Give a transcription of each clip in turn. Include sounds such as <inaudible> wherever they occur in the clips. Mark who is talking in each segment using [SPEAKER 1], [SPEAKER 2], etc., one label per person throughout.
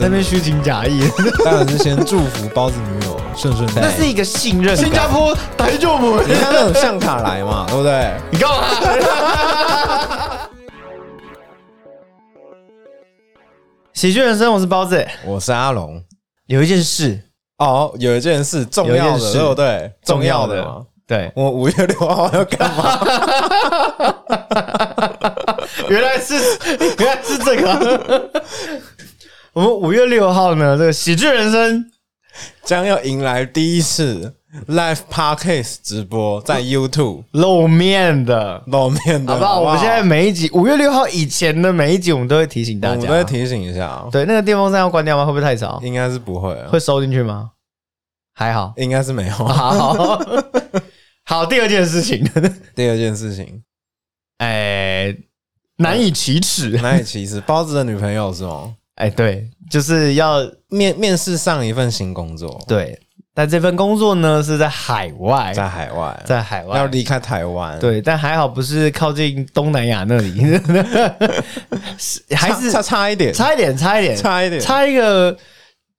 [SPEAKER 1] 那
[SPEAKER 2] <laughs>
[SPEAKER 1] 边虚情假意，
[SPEAKER 2] 当然是先祝福包子女友顺顺带。
[SPEAKER 1] 那是一个信任感。
[SPEAKER 3] 新加坡台救我
[SPEAKER 2] 你看那种向卡来
[SPEAKER 1] <laughs>
[SPEAKER 2] 嘛，对不对？
[SPEAKER 1] 你干嘛？ <laughs> 喜剧人生，我是包子。
[SPEAKER 2] 我是阿龙。
[SPEAKER 1] 有一件事，
[SPEAKER 2] 哦，有一件事重要
[SPEAKER 1] 有一件
[SPEAKER 2] 的，
[SPEAKER 1] 事
[SPEAKER 2] 对不对？重要
[SPEAKER 1] 重
[SPEAKER 2] 的
[SPEAKER 1] 要的
[SPEAKER 2] 嘛。
[SPEAKER 1] 对，
[SPEAKER 2] 我五月六号要干嘛？
[SPEAKER 1] 原来是原来是这个。 <laughs> 我们五月六号呢，这个喜剧人生
[SPEAKER 2] 将要迎来第一次 live podcast 直播，在 YouTube
[SPEAKER 1] 露面的，
[SPEAKER 2] 露面的，
[SPEAKER 1] 嗯好
[SPEAKER 2] 好
[SPEAKER 1] 不好？我们现在每一集五月六号以前的每一集，我们都会提醒
[SPEAKER 2] 我
[SPEAKER 1] 大
[SPEAKER 2] 们
[SPEAKER 1] 家。
[SPEAKER 2] 再提醒一下，啊
[SPEAKER 1] 对，那个电风扇要关掉吗？会不会太吵？
[SPEAKER 2] 应该是不会啊，
[SPEAKER 1] 会收进去吗？还好，
[SPEAKER 2] 应该是没有啊。
[SPEAKER 1] 好好。第二件事情，
[SPEAKER 2] 第二件事
[SPEAKER 1] <laughs>
[SPEAKER 2] 情，
[SPEAKER 1] 哎，难以启齿。
[SPEAKER 2] 那也其实包子的女朋友是吗？
[SPEAKER 1] 哎，对，就是要
[SPEAKER 2] 面面试上一份新工作，
[SPEAKER 1] 对，但这份工作呢是在海外，
[SPEAKER 2] 在海外，
[SPEAKER 1] 在海外
[SPEAKER 2] 要离开台湾，，
[SPEAKER 1] 对，但还好不是靠近东南亚那里，是还是
[SPEAKER 2] 差差一点，
[SPEAKER 1] 差一点，差一点，
[SPEAKER 2] 差一
[SPEAKER 1] <laughs>
[SPEAKER 2] 点
[SPEAKER 1] 差一个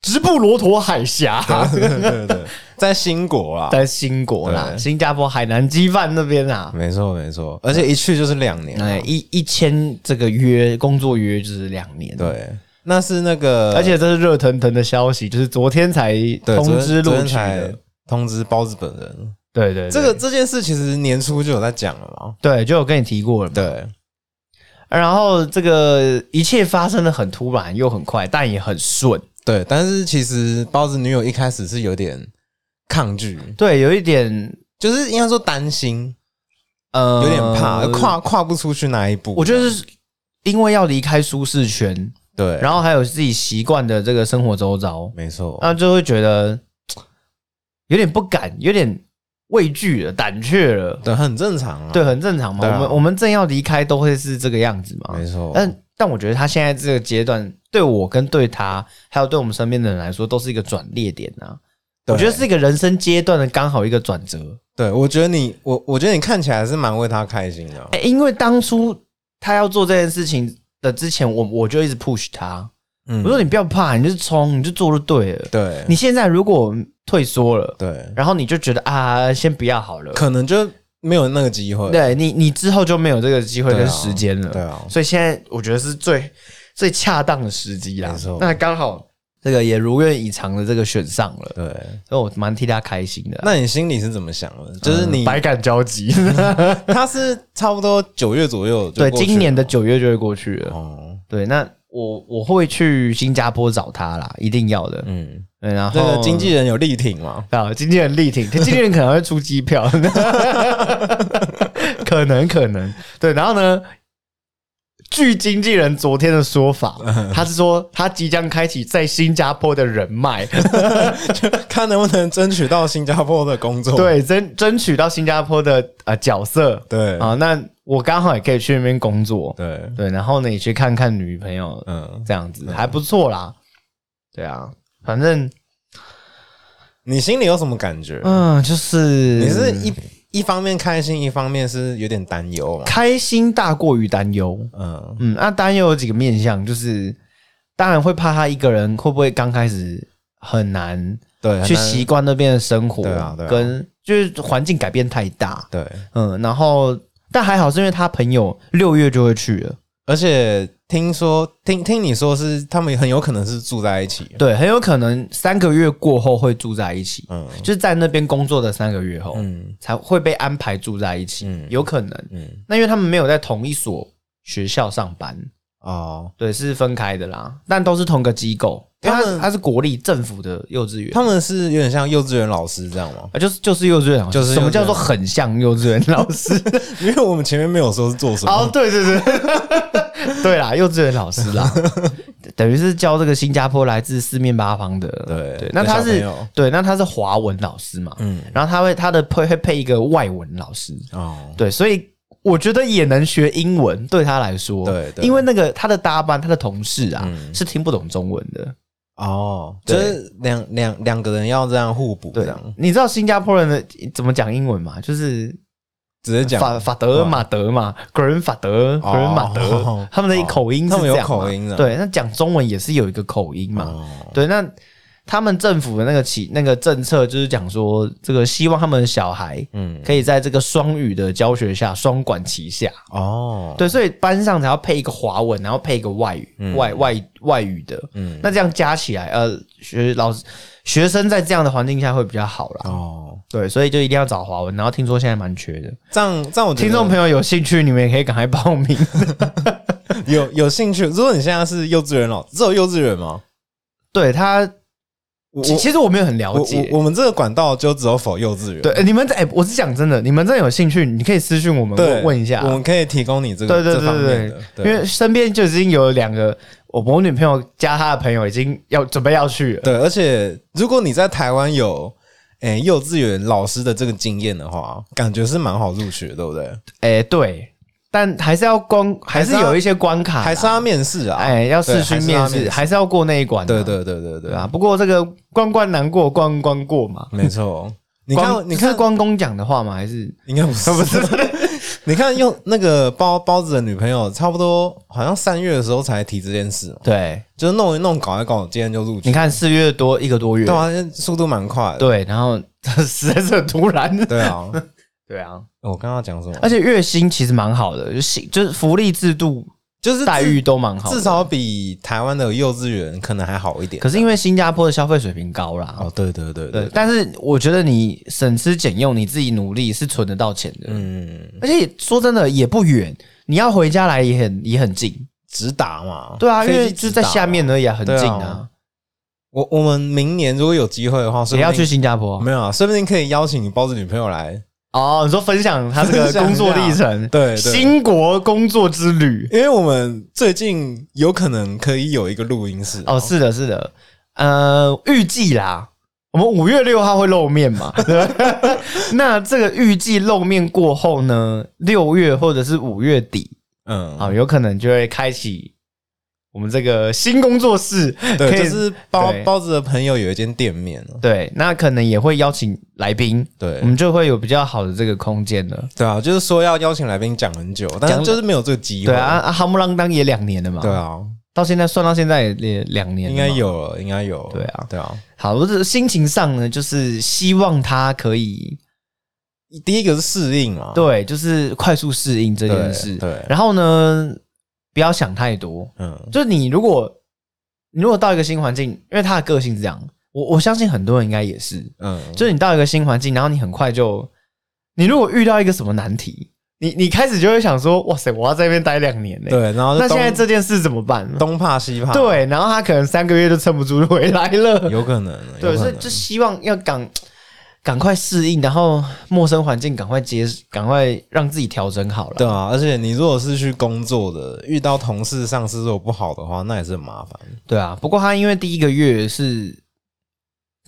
[SPEAKER 1] 直布罗陀海峡，
[SPEAKER 2] 对对对， <laughs> 在新国啊，
[SPEAKER 1] 在新国啦，
[SPEAKER 2] 对
[SPEAKER 1] 新加坡海南鸡饭那边啊，
[SPEAKER 2] 没错没错，而且一去就是两年啊，
[SPEAKER 1] 哎，一一签这个约工作约就是两年，，
[SPEAKER 2] 对，那是那个，
[SPEAKER 1] 而且这是热腾腾的消息，就是昨天才
[SPEAKER 2] 对
[SPEAKER 1] 通
[SPEAKER 2] 昨天
[SPEAKER 1] 知
[SPEAKER 2] 昨
[SPEAKER 1] 录
[SPEAKER 2] 天
[SPEAKER 1] 取
[SPEAKER 2] 才
[SPEAKER 1] 的，
[SPEAKER 2] 通知包子本人。
[SPEAKER 1] 对对，对
[SPEAKER 2] 这个这件事其实年初就有在讲了嘛。
[SPEAKER 1] 对，就有跟你提过了嘛，
[SPEAKER 2] 对，
[SPEAKER 1] 然后这个一切发生的很突然又很快，但也很顺。
[SPEAKER 2] 对，但是其实包子女友一开始是有点抗拒，
[SPEAKER 1] 对，有一点
[SPEAKER 2] 就是应该说担心，
[SPEAKER 1] 呃，
[SPEAKER 2] 有点怕、跨跨不出去那一步。
[SPEAKER 1] 我觉得是因为要离开舒适圈，
[SPEAKER 2] 对，
[SPEAKER 1] 然后还有自己习惯的这个生活周遭，
[SPEAKER 2] 没错，
[SPEAKER 1] 那就会觉得嘖有点不敢，有点畏惧了，胆怯了。
[SPEAKER 2] 对，很正常啊。
[SPEAKER 1] 对，，很正常嘛。
[SPEAKER 2] 对啊
[SPEAKER 1] 我们我们正要离开，都会是这个样子嘛。
[SPEAKER 2] 没错。
[SPEAKER 1] 但但我觉得他现在这个阶段，对我跟对他，还有对我们身边的人来说，都是一个转捩点啊。
[SPEAKER 2] 对
[SPEAKER 1] 我觉得是一个人生阶段的刚好一个转折。
[SPEAKER 2] 对，我觉得你，我我觉得你看起来是蛮为他开心的啊。
[SPEAKER 1] 哎、因为当初他要做这件事情的之前，我我就一直 push 他，
[SPEAKER 2] 嗯
[SPEAKER 1] 我说你不要怕，你就冲，你就做就对了。
[SPEAKER 2] 对，
[SPEAKER 1] 你现在如果退缩了，
[SPEAKER 2] 对，
[SPEAKER 1] 然后你就觉得啊，先不要好了，
[SPEAKER 2] 可能就没有那个机会。
[SPEAKER 1] 对你你之后就没有这个机会
[SPEAKER 2] 对啊
[SPEAKER 1] 跟时间了。
[SPEAKER 2] 对啊
[SPEAKER 1] 哦所以现在我觉得是最最恰当的时机啦
[SPEAKER 2] 没错。
[SPEAKER 1] 那刚好这个也如愿以偿的这个选上了，
[SPEAKER 2] 对，
[SPEAKER 1] 所以我蛮替他开心的啊。
[SPEAKER 2] 那你心里是怎么想的？就是你
[SPEAKER 1] 百感交集，
[SPEAKER 2] 他是差不多九月左右就
[SPEAKER 1] <laughs> 对，
[SPEAKER 2] 过去
[SPEAKER 1] 今年的
[SPEAKER 2] 了
[SPEAKER 1] 九月就会过去了。
[SPEAKER 2] 哦，
[SPEAKER 1] 对，那我我会去新加坡找他啦，一定要的。
[SPEAKER 2] 嗯，
[SPEAKER 1] 嗯，然
[SPEAKER 2] 这
[SPEAKER 1] 后
[SPEAKER 2] 个经纪人有力挺嘛？
[SPEAKER 1] 啊，经纪人力挺，经纪人可能会出机票， <laughs> 可能可能对。然后呢，据经纪人昨天的说法，
[SPEAKER 2] 嗯
[SPEAKER 1] 他是说他即将开启在新加坡的人脉，
[SPEAKER 2] <laughs> 看能不能争取到新加坡的工作。
[SPEAKER 1] 对，争争取到新加坡的呃角色
[SPEAKER 2] 对
[SPEAKER 1] 啊。那我刚好也可以去那边工作，
[SPEAKER 2] 对，
[SPEAKER 1] 对，然后呢也去看看女朋友，
[SPEAKER 2] 嗯，
[SPEAKER 1] 这样子还不错啦。对啊，反正
[SPEAKER 2] 你心里有什么感觉？
[SPEAKER 1] 嗯，就是
[SPEAKER 2] 你是一一方面开心，一方面是有点担忧嘛？
[SPEAKER 1] 开心大过于担忧。
[SPEAKER 2] 嗯，
[SPEAKER 1] 嗯，那担忧有几个面向，就是当然会怕他一个人会不会刚开始很难
[SPEAKER 2] 对，
[SPEAKER 1] 去
[SPEAKER 2] 很难
[SPEAKER 1] 习惯那边的生活，
[SPEAKER 2] 对啊对啊
[SPEAKER 1] 跟就是环境改变太大，
[SPEAKER 2] 对，
[SPEAKER 1] 嗯，然后但还好是因为他朋友六月就会去了，
[SPEAKER 2] 而且听说听听你说是他们很有可能是住在一起。
[SPEAKER 1] 对，很有可能三个月过后会住在一起，
[SPEAKER 2] 嗯
[SPEAKER 1] 就是在那边工作的三个月后、
[SPEAKER 2] 嗯
[SPEAKER 1] 才会被安排住在一起，
[SPEAKER 2] 嗯
[SPEAKER 1] 有可能。
[SPEAKER 2] 嗯
[SPEAKER 1] 那因为他们没有在同一所学校上班，
[SPEAKER 2] 哦，
[SPEAKER 1] 对，是分开的啦，但都是同个机构。因为
[SPEAKER 2] 他
[SPEAKER 1] 它
[SPEAKER 2] 们
[SPEAKER 1] 它是国立政府的幼稚园，
[SPEAKER 2] 他们是有点像幼稚园老师这样吗？
[SPEAKER 1] 啊，就是就是幼稚园老师，
[SPEAKER 2] 就是
[SPEAKER 1] 什么
[SPEAKER 2] 幼稚
[SPEAKER 1] 叫
[SPEAKER 2] 园
[SPEAKER 1] 做很像幼稚园老师？
[SPEAKER 2] <laughs> <laughs> 因为我们前面没有说是做什
[SPEAKER 1] 哦
[SPEAKER 2] 么，。
[SPEAKER 1] 对对对， <laughs> 对啦，幼稚园老师
[SPEAKER 2] <laughs>
[SPEAKER 1] 啦，等于是教这个新加坡来自四面八方的，
[SPEAKER 2] 对
[SPEAKER 1] 那
[SPEAKER 2] 的
[SPEAKER 1] 他
[SPEAKER 2] 小朋
[SPEAKER 1] 是
[SPEAKER 2] 友
[SPEAKER 1] 对，那他是华文老师嘛，
[SPEAKER 2] 嗯
[SPEAKER 1] 然后他会他的配会配一个外文老师，
[SPEAKER 2] 哦，
[SPEAKER 1] 对，所以我觉得也能学英文，对他来说，
[SPEAKER 2] 对对
[SPEAKER 1] 因为那个他的搭班，他的同事啊、
[SPEAKER 2] 嗯
[SPEAKER 1] 是听不懂中文的，
[SPEAKER 2] 哦，
[SPEAKER 1] 对
[SPEAKER 2] 就是两两两个人要这样互补，这样
[SPEAKER 1] 你知道新加坡人的怎么讲英文吗？就是
[SPEAKER 2] 直接讲啊
[SPEAKER 1] 法法德马德嘛，格伦法德，格伦马德
[SPEAKER 2] 哦，
[SPEAKER 1] 他们的口音是
[SPEAKER 2] 他们有
[SPEAKER 1] 这样嘛
[SPEAKER 2] 口音的啊
[SPEAKER 1] 对，那讲中文也是有一个口音嘛，
[SPEAKER 2] 哦
[SPEAKER 1] 对，那他们政府的那个起那个政策就是讲说，这个希望他们的小孩，
[SPEAKER 2] 嗯
[SPEAKER 1] 可以在这个双语的教学下双管齐下，
[SPEAKER 2] 哦，
[SPEAKER 1] 对，所以班上才要配一个华文，然后配一个外语、外外外语的，
[SPEAKER 2] 嗯
[SPEAKER 1] 那这样加起来，呃，学老师学生在这样的环境下会比较好啦，
[SPEAKER 2] 哦，
[SPEAKER 1] 对，所以就一定要找华文，然后听说现在蛮缺的。
[SPEAKER 2] 这样这样我觉得
[SPEAKER 1] 听众朋友有兴趣，你们也可以赶快报名。
[SPEAKER 2] 有有兴趣？如果你现在是幼稚园老，只有幼稚园吗？
[SPEAKER 1] <laughs> 对他，
[SPEAKER 2] 我
[SPEAKER 1] 其其实我没有很了
[SPEAKER 2] 我
[SPEAKER 1] 解
[SPEAKER 2] 我。我们这个管道就只有否幼稚园，
[SPEAKER 1] 对，呃你们哎、我是讲真的，你们真的有兴趣，你可以私信我们
[SPEAKER 2] 对，
[SPEAKER 1] 问问一下
[SPEAKER 2] 我。们可以提供你这个
[SPEAKER 1] 对对
[SPEAKER 2] 这
[SPEAKER 1] 对
[SPEAKER 2] 方面
[SPEAKER 1] 对
[SPEAKER 2] 的，
[SPEAKER 1] 对，因为身边就已经有两个我我女朋友加她的朋友已经要准备要去了。
[SPEAKER 2] 对，而且如果你在台湾有诶、幼稚园老师的这个经验的话，感觉是蛮好入学，对不对？
[SPEAKER 1] 哎、对，但还是要关，还是
[SPEAKER 2] 还是要
[SPEAKER 1] 有一些关卡啦，
[SPEAKER 2] 还是要面试啊？
[SPEAKER 1] 哎、要
[SPEAKER 2] 对
[SPEAKER 1] 试训面试，，还是要过那一关、
[SPEAKER 2] 对，对对对对
[SPEAKER 1] 对啊。不过这个关关难过关关过嘛。
[SPEAKER 2] 没错。你
[SPEAKER 1] 关
[SPEAKER 2] 看，你
[SPEAKER 1] 是
[SPEAKER 2] 看，
[SPEAKER 1] 关公讲的话吗？还是
[SPEAKER 2] 应该不
[SPEAKER 1] <laughs>
[SPEAKER 2] 是不是。 <laughs> 你看，用那个包包子的女朋友，差不多好像三月的时候才提这件事嘛，
[SPEAKER 1] 对？
[SPEAKER 2] 就是弄一弄，搞一搞，今天就入
[SPEAKER 1] 你
[SPEAKER 2] 学，
[SPEAKER 1] 看四月多一个多月，
[SPEAKER 2] 对啊，速度蛮快的，
[SPEAKER 1] 对，然后实在是很突然。
[SPEAKER 2] <laughs> 对啊。哦
[SPEAKER 1] 对啊，
[SPEAKER 2] 我刚刚讲什么？
[SPEAKER 1] 而且月薪其实蛮好的，就薪就是福利制度、
[SPEAKER 2] 就是
[SPEAKER 1] 待遇都蛮好的
[SPEAKER 2] 至少比台湾的幼稚园可能还好一点。
[SPEAKER 1] 可是因为新加坡的消费水平高啦，
[SPEAKER 2] 哦，对对对
[SPEAKER 1] 对，，但是我觉得你省吃俭用，你自己努力是存得到钱的。
[SPEAKER 2] 嗯，
[SPEAKER 1] 而且说真的也不远，你要回家来也很也很近。
[SPEAKER 2] 直达嘛，
[SPEAKER 1] 对啊，因
[SPEAKER 2] 飞机
[SPEAKER 1] 为就
[SPEAKER 2] 直
[SPEAKER 1] 在
[SPEAKER 2] 达
[SPEAKER 1] 下面
[SPEAKER 2] 嘛。
[SPEAKER 1] 而已啊，很近
[SPEAKER 2] 对啊
[SPEAKER 1] 啊。
[SPEAKER 2] 我我们明年如果有机会的话，说
[SPEAKER 1] 也
[SPEAKER 2] 不
[SPEAKER 1] 要
[SPEAKER 2] 定
[SPEAKER 1] 去新加坡
[SPEAKER 2] 啊没有啊？说不定可以邀请你包子女朋友来。
[SPEAKER 1] 哦？你说分享他这个
[SPEAKER 2] 分享一下
[SPEAKER 1] 工作历程，
[SPEAKER 2] 对对
[SPEAKER 1] 新国工作之旅。
[SPEAKER 2] 因为我们最近有可能可以有一个录音室
[SPEAKER 1] 哦，是的，是的，呃，预计啦，我们五月六号会露
[SPEAKER 2] <laughs>
[SPEAKER 1] 面嘛？ <laughs> 对吧那这个预计露面过后呢，六月或者是五月底
[SPEAKER 2] 嗯，
[SPEAKER 1] 啊、有可能就会开启我们这个新工作室，可
[SPEAKER 2] 对，
[SPEAKER 1] 以
[SPEAKER 2] 就是包
[SPEAKER 1] 对
[SPEAKER 2] 包子的朋友有一间店面啊
[SPEAKER 1] 对，那可能也会邀请来宾，
[SPEAKER 2] 对
[SPEAKER 1] 我们就会有比较好的这个空间了。
[SPEAKER 2] 对啊，就是说要邀请来宾讲很久，但
[SPEAKER 1] 讲
[SPEAKER 2] 是就是没有这个机会。
[SPEAKER 1] 对啊，，啊，哈姆浪当也两年了嘛，
[SPEAKER 2] 对，啊，
[SPEAKER 1] 到现在算到现在也也两年，
[SPEAKER 2] 应该。有了，应该有了。
[SPEAKER 1] 对啊
[SPEAKER 2] 对啊。
[SPEAKER 1] 好，我这心情上呢，就是希望他可以
[SPEAKER 2] 第一个是适应嘛，
[SPEAKER 1] 对，就是快速适应这件
[SPEAKER 2] 对
[SPEAKER 1] 事。
[SPEAKER 2] 哦对
[SPEAKER 1] 然后呢，不要想太多。
[SPEAKER 2] 嗯
[SPEAKER 1] 就是你如果你如果到一个新环境，因为他的个性是这样，我我相信很多人应该也是，
[SPEAKER 2] 嗯，
[SPEAKER 1] 就是你到一个新环境，然后你很快就，你如果遇到一个什么难题，你你开始就会想说，哇塞，我要在那边待两年呢、欸
[SPEAKER 2] 对，然后就
[SPEAKER 1] 那现在
[SPEAKER 2] 东
[SPEAKER 1] 这件事怎么办？
[SPEAKER 2] 东怕西怕，，
[SPEAKER 1] 对，然后他可能三个月就撑不住 <laughs> 就回来了。
[SPEAKER 2] 有可能，有
[SPEAKER 1] 对，
[SPEAKER 2] 可
[SPEAKER 1] 所以
[SPEAKER 2] 能
[SPEAKER 1] 就希望要赶赶快适应，然后陌生环境赶快接，赶快让自己调整好了。
[SPEAKER 2] 对啊，而且你如果是去工作的，遇到同事、上司如果不好的话，那也是很麻烦。
[SPEAKER 1] 对啊，不过他因为第一个月是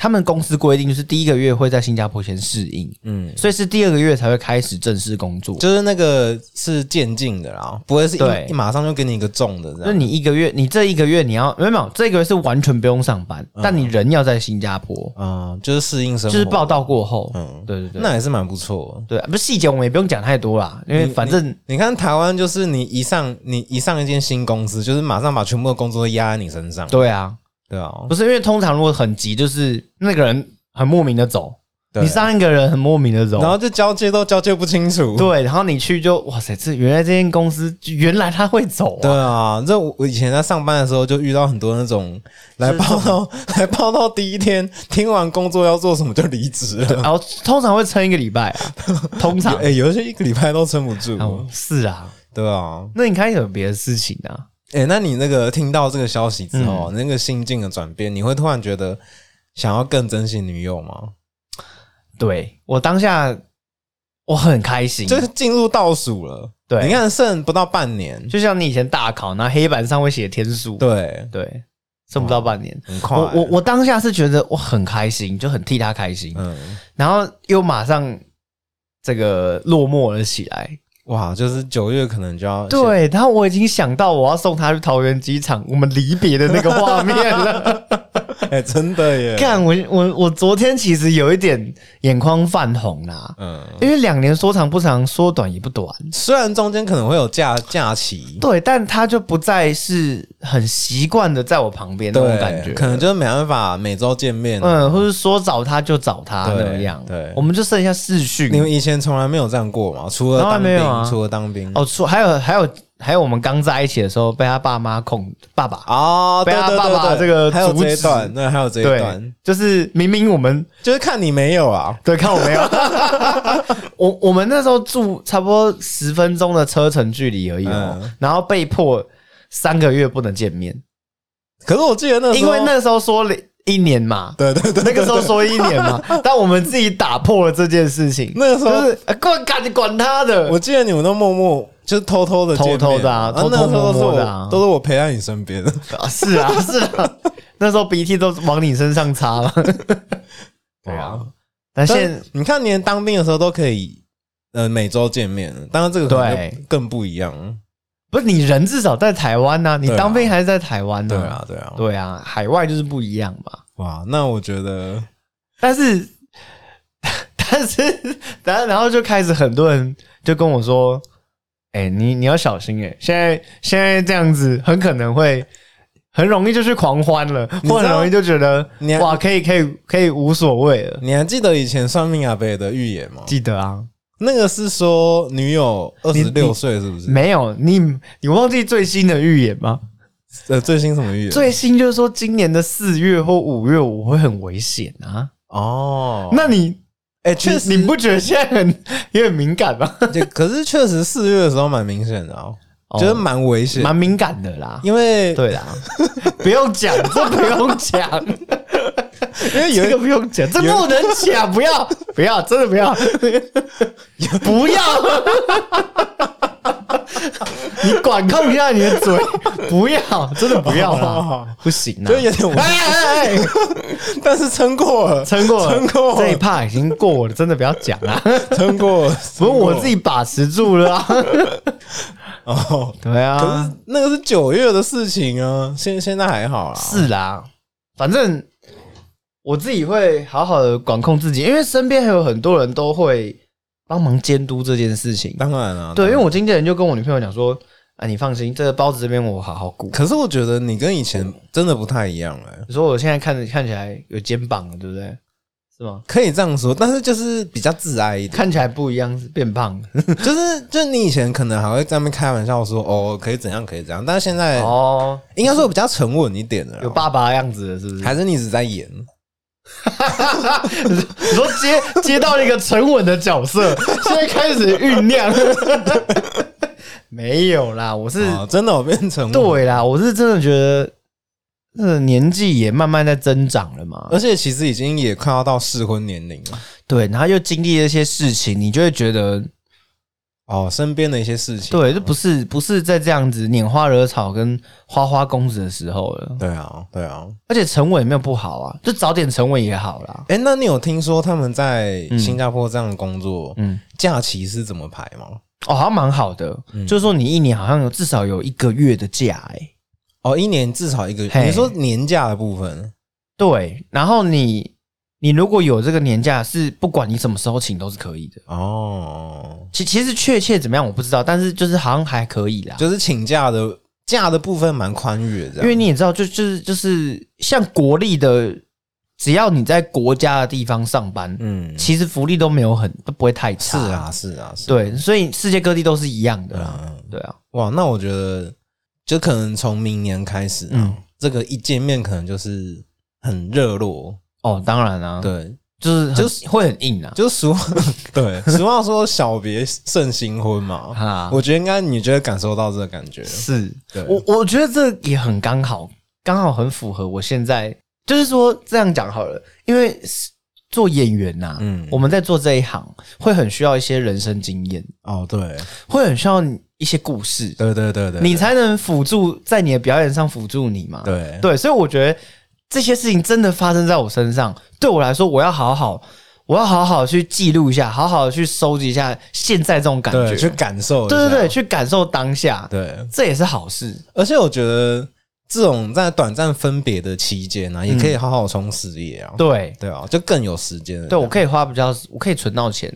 [SPEAKER 1] 他们公司规定，就是第一个月会在新加坡先适应，
[SPEAKER 2] 嗯，
[SPEAKER 1] 所以是第二个月才会开始正式工作。
[SPEAKER 2] 就是那个是渐进的啦，不会是
[SPEAKER 1] 对
[SPEAKER 2] 一一马上就给你一个重的这
[SPEAKER 1] 那
[SPEAKER 2] 样。
[SPEAKER 1] 你一个月，你这一个月你要没有没有，这个月是完全不用上班，但你人要在新加坡，
[SPEAKER 2] 嗯，就是适应生嗯
[SPEAKER 1] 就
[SPEAKER 2] 活，
[SPEAKER 1] 是报道过后，
[SPEAKER 2] 嗯
[SPEAKER 1] 对对对，
[SPEAKER 2] 那也是蛮不错
[SPEAKER 1] 对啊，不是细节我们也不用讲太多啦，因为
[SPEAKER 2] 你
[SPEAKER 1] 反正
[SPEAKER 2] 的。你看台湾，就是你一上你一上一间新公司，就是马上把全部的工作都压在你身上，
[SPEAKER 1] 对啊，
[SPEAKER 2] 对啊，
[SPEAKER 1] 不是因为通常如果很急，就是那个人很莫名的走，
[SPEAKER 2] 对
[SPEAKER 1] 你上一个人很莫名的走，
[SPEAKER 2] 然后就交接都交接不清楚，
[SPEAKER 1] 对，然后你去就哇塞，这原来这间公司原来他会走
[SPEAKER 2] 对
[SPEAKER 1] 啊，
[SPEAKER 2] 啊，这我我以前在上班的时候就遇到很多那种来报道， <laughs> 来报道第一天听完工作要做什么就离职了。
[SPEAKER 1] 然后通常会撑一个礼
[SPEAKER 2] <laughs>
[SPEAKER 1] 拜啊，通常
[SPEAKER 2] 哎、有一些一个礼拜都撑不住，
[SPEAKER 1] 哦是啊，
[SPEAKER 2] 对啊。
[SPEAKER 1] 那你看有别的事情啊，
[SPEAKER 2] 哎、那你那个听到这个消息之
[SPEAKER 1] 嗯
[SPEAKER 2] 后，那个心境的转变，你会突然觉得想要更珍惜女友吗？
[SPEAKER 1] 对我当下我很开心，
[SPEAKER 2] 就是进入倒数了，
[SPEAKER 1] 嗯对
[SPEAKER 2] 你看剩不到半年，
[SPEAKER 1] 就像你以前大考，那黑板上会写天数，
[SPEAKER 2] 对，
[SPEAKER 1] 对，剩不到半年。
[SPEAKER 2] 很快。
[SPEAKER 1] 我我我当下是觉得我很开心，就很替他开心，
[SPEAKER 2] 嗯，
[SPEAKER 1] 然后又马上这个落寞了起来，
[SPEAKER 2] 哇，就是九月可能就要
[SPEAKER 1] 对，
[SPEAKER 2] <laughs>
[SPEAKER 1] 然后我已经想到我要送他去桃园机场，我们离别的那个画面了。
[SPEAKER 2] <laughs> 哎，真的耶，
[SPEAKER 1] 看我我我昨天其实有一点眼眶泛红啦，
[SPEAKER 2] 嗯，
[SPEAKER 1] 因为两年说长不长，说短也不短，
[SPEAKER 2] 虽然中间可能会有假假期，
[SPEAKER 1] 对，但他就不再是很习惯的在我旁边那种感觉，
[SPEAKER 2] 可能就是没办法每周见面。啊
[SPEAKER 1] 嗯，或是说找他就找他
[SPEAKER 2] 对
[SPEAKER 1] 那样，
[SPEAKER 2] 对
[SPEAKER 1] 我们就剩下视讯
[SPEAKER 2] 你，们以前从来没有这样过嘛？除了
[SPEAKER 1] 当然
[SPEAKER 2] 当
[SPEAKER 1] 嗯没有啊
[SPEAKER 2] 兵，除了当兵
[SPEAKER 1] 哦，说还有还有还有我们刚在一起的时候被他爸妈控，爸爸
[SPEAKER 2] 哦，
[SPEAKER 1] 被
[SPEAKER 2] 对
[SPEAKER 1] 他
[SPEAKER 2] 对
[SPEAKER 1] 爸爸
[SPEAKER 2] 对对，
[SPEAKER 1] 这个
[SPEAKER 2] 还有
[SPEAKER 1] 阻
[SPEAKER 2] 这一
[SPEAKER 1] 止
[SPEAKER 2] 段，那还有这一
[SPEAKER 1] 对
[SPEAKER 2] 段，，
[SPEAKER 1] 就是明明我们
[SPEAKER 2] 就是看你没有啊，
[SPEAKER 1] 对，看我
[SPEAKER 2] <laughs>
[SPEAKER 1] 没有，我我们那时候住差不多十分钟的车程距离而已哦、
[SPEAKER 2] 嗯
[SPEAKER 1] 然后被迫三个月不能见面，
[SPEAKER 2] 可是我记得那时
[SPEAKER 1] 因
[SPEAKER 2] 候，
[SPEAKER 1] 为那时候说了一年嘛，
[SPEAKER 2] 对对对，
[SPEAKER 1] 那个时候说一年
[SPEAKER 2] <laughs>
[SPEAKER 1] 嘛，但我们自己打破了这件事情，
[SPEAKER 2] 那个时候
[SPEAKER 1] 就是呃管管管他的，
[SPEAKER 2] 我记得你们都默默就是偷偷的
[SPEAKER 1] 偷偷的啊偷偷
[SPEAKER 2] 那时候都是
[SPEAKER 1] 摸摸的啊
[SPEAKER 2] 我都是我陪在你身
[SPEAKER 1] <laughs>
[SPEAKER 2] 边的，
[SPEAKER 1] 啊是啊是啊，那时候鼻涕都往你身上擦了，
[SPEAKER 2] <laughs> 对啊。
[SPEAKER 1] 但现
[SPEAKER 2] 但你看，连当兵的时候都可以，呃，每周见面，当然这个可能就
[SPEAKER 1] 对
[SPEAKER 2] 更不一样，
[SPEAKER 1] 不是你人至少在台湾呐、你
[SPEAKER 2] 对啊
[SPEAKER 1] 当兵还是在台湾
[SPEAKER 2] 对
[SPEAKER 1] 呢、
[SPEAKER 2] 啊，对啊，
[SPEAKER 1] 对啊，海外就是不一样嘛。
[SPEAKER 2] 哇，那我觉得
[SPEAKER 1] 但是， <laughs> 但是，然后然后就开始很多人就跟我说：“哎、你你要小心哎、现在现在这样子很可能会很容易就去狂欢了，
[SPEAKER 2] 知道
[SPEAKER 1] 或很容易就觉得
[SPEAKER 2] 你还
[SPEAKER 1] 哇，可以可以可以无所谓了。
[SPEAKER 2] 你还记得以前算命阿伯的预言吗”？
[SPEAKER 1] 记得啊，
[SPEAKER 2] 那个是说女友二
[SPEAKER 1] 你
[SPEAKER 2] 十六岁是不是？
[SPEAKER 1] 没有你，你忘记最新的预言吗？
[SPEAKER 2] 呃，最新什么预言？
[SPEAKER 1] 最新就是说今年的四月或五月我会很危险啊。
[SPEAKER 2] 哦，
[SPEAKER 1] 那你
[SPEAKER 2] 哎，确
[SPEAKER 1] 你
[SPEAKER 2] 实
[SPEAKER 1] 你不觉得现在很 <laughs> 有点敏感吗？
[SPEAKER 2] 对可是确实四月的时候蛮明显的啊，
[SPEAKER 1] 哦
[SPEAKER 2] 觉得蛮危险，
[SPEAKER 1] 蛮敏感的啦。
[SPEAKER 2] 因为
[SPEAKER 1] 对啦，不用讲，这不用讲，
[SPEAKER 2] <laughs>
[SPEAKER 1] <laughs>
[SPEAKER 2] 因为有
[SPEAKER 1] 这
[SPEAKER 2] 一
[SPEAKER 1] 个不用讲，这不能讲，不
[SPEAKER 2] <laughs>
[SPEAKER 1] 要，不要，真的不要，不要， <laughs> 你管控一下你的嘴，不要，真的不要
[SPEAKER 2] 哦好
[SPEAKER 1] 啦
[SPEAKER 2] 好，
[SPEAKER 1] 不行啦
[SPEAKER 2] 就，有点危
[SPEAKER 1] 哎哎哎，
[SPEAKER 2] 但是撑过了，
[SPEAKER 1] 撑过了，
[SPEAKER 2] 撑过了
[SPEAKER 1] 这一趴已经过了，真的不要讲啦，
[SPEAKER 2] <laughs> 撑过了，
[SPEAKER 1] 不
[SPEAKER 2] 不
[SPEAKER 1] 是我自己把持住了啊，
[SPEAKER 2] <laughs> 哦。
[SPEAKER 1] 对
[SPEAKER 2] 可
[SPEAKER 1] 啊
[SPEAKER 2] 是，那个是九月的事情啊，现现在还好啦。
[SPEAKER 1] 是啦，反正我自己会好好的管控自己，因为身边还有很多人都会帮忙监督这件事情。
[SPEAKER 2] 当然啊，
[SPEAKER 1] 对，因为
[SPEAKER 2] 当然。
[SPEAKER 1] 我经纪人就跟我女朋友讲说：“啊，你放心，这个包子这边我好好顾。
[SPEAKER 2] 可是我觉得你跟以前真的不太一样哎、”
[SPEAKER 1] 你说我现在看着看起来有肩膀了，对不对？是吗？
[SPEAKER 2] 可以这样说，但是就是比较自爱一点，
[SPEAKER 1] 看起来不一样，是变胖了
[SPEAKER 2] <laughs> 就是就你以前可能还会在那边开玩笑说哦可以怎样可以怎样，但是现在
[SPEAKER 1] <laughs> 哦，
[SPEAKER 2] 应该说比较沉稳一点了
[SPEAKER 1] 有
[SPEAKER 2] 啦。
[SPEAKER 1] 爸爸的样子了，是不是？
[SPEAKER 2] 还是你一直在演？
[SPEAKER 1] <laughs> 你说接接到了一个沉稳的角色，现在开始酝酿。 <laughs> 没有啦，我是
[SPEAKER 2] 哦，真的我变沉稳。，
[SPEAKER 1] 嗯对啦，我是真的觉得，呃，年纪也慢慢在增长了嘛。
[SPEAKER 2] 而且其实已经也快要到适婚年龄了。
[SPEAKER 1] 对，然后又经历了一些事情，你就会觉得，
[SPEAKER 2] 哦，身边的一些事情。
[SPEAKER 1] 对，这啊不是不是在这样子拈花惹草跟花花公子的时候了。
[SPEAKER 2] 对啊，对啊。
[SPEAKER 1] 而且沉稳也没有不好啊，就早点沉稳也好啦。
[SPEAKER 2] 哎、那你有听说他们在新加坡这样的工作，
[SPEAKER 1] 嗯，
[SPEAKER 2] 假期是怎么排吗？
[SPEAKER 1] 哦，好像蛮好的，就是说你一年好像有至少有一个月的假、欸，哎，
[SPEAKER 2] 哦，一年至少一个
[SPEAKER 1] 嘿
[SPEAKER 2] 月。你说年假的部分，
[SPEAKER 1] 对。然后你你如果有这个年假，是不管你什么时候请都是可以的。
[SPEAKER 2] 哦，
[SPEAKER 1] 其其实确切怎么样我不知道，但是就是好像还可以啦。
[SPEAKER 2] 就是请假的假的部分蛮宽裕的，这
[SPEAKER 1] 因为
[SPEAKER 2] 样。
[SPEAKER 1] 你也知道，就就是就是像国力的，只要你在国家的地方上班，
[SPEAKER 2] 嗯，
[SPEAKER 1] 其实福利都没有很都不会太
[SPEAKER 2] 是
[SPEAKER 1] 差。，
[SPEAKER 2] 啊，是啊，是啊。
[SPEAKER 1] 对，所以世界各地都是一样的啦。
[SPEAKER 2] 嗯，
[SPEAKER 1] 对啊，
[SPEAKER 2] 哇，那我觉得就可能从明年开始、啊，
[SPEAKER 1] 嗯
[SPEAKER 2] 这个一见面可能就是很热络，
[SPEAKER 1] 哦，当然啊，，
[SPEAKER 2] 对，
[SPEAKER 1] 就是就
[SPEAKER 2] 就是
[SPEAKER 1] 会很硬啊。
[SPEAKER 2] 就俗
[SPEAKER 1] <laughs>
[SPEAKER 2] 对 <laughs> 俗话说小别胜新婚嘛，
[SPEAKER 1] 啊，
[SPEAKER 2] 我觉得应该你就会感受到这个感觉，
[SPEAKER 1] 是
[SPEAKER 2] 对，
[SPEAKER 1] 我我觉得这也很刚好，刚好很符合我现在，就是说这样讲好了，因为是做演员呐、
[SPEAKER 2] 嗯
[SPEAKER 1] 我们在做这一行会很需要一些人生经验，
[SPEAKER 2] 哦，对，
[SPEAKER 1] 会很需要一些故事，
[SPEAKER 2] 对对对对，
[SPEAKER 1] 你才能辅助在你的表演上辅助你嘛。
[SPEAKER 2] 对
[SPEAKER 1] 对，所以我觉得这些事情真的发生在我身上，对我来说，我要好好，我要好好去记录一下，好好去收集一下现在这种感觉，
[SPEAKER 2] 对，去感受一下，
[SPEAKER 1] 对对对，去感受当下，
[SPEAKER 2] 对，
[SPEAKER 1] 这也是好事。
[SPEAKER 2] 而且我觉得这种在短暂分别的期间呢、啊，也可以好好充实业啊。
[SPEAKER 1] 嗯对
[SPEAKER 2] 对啊，就更有时间了。
[SPEAKER 1] 对，我可以花比较，我可以存到钱，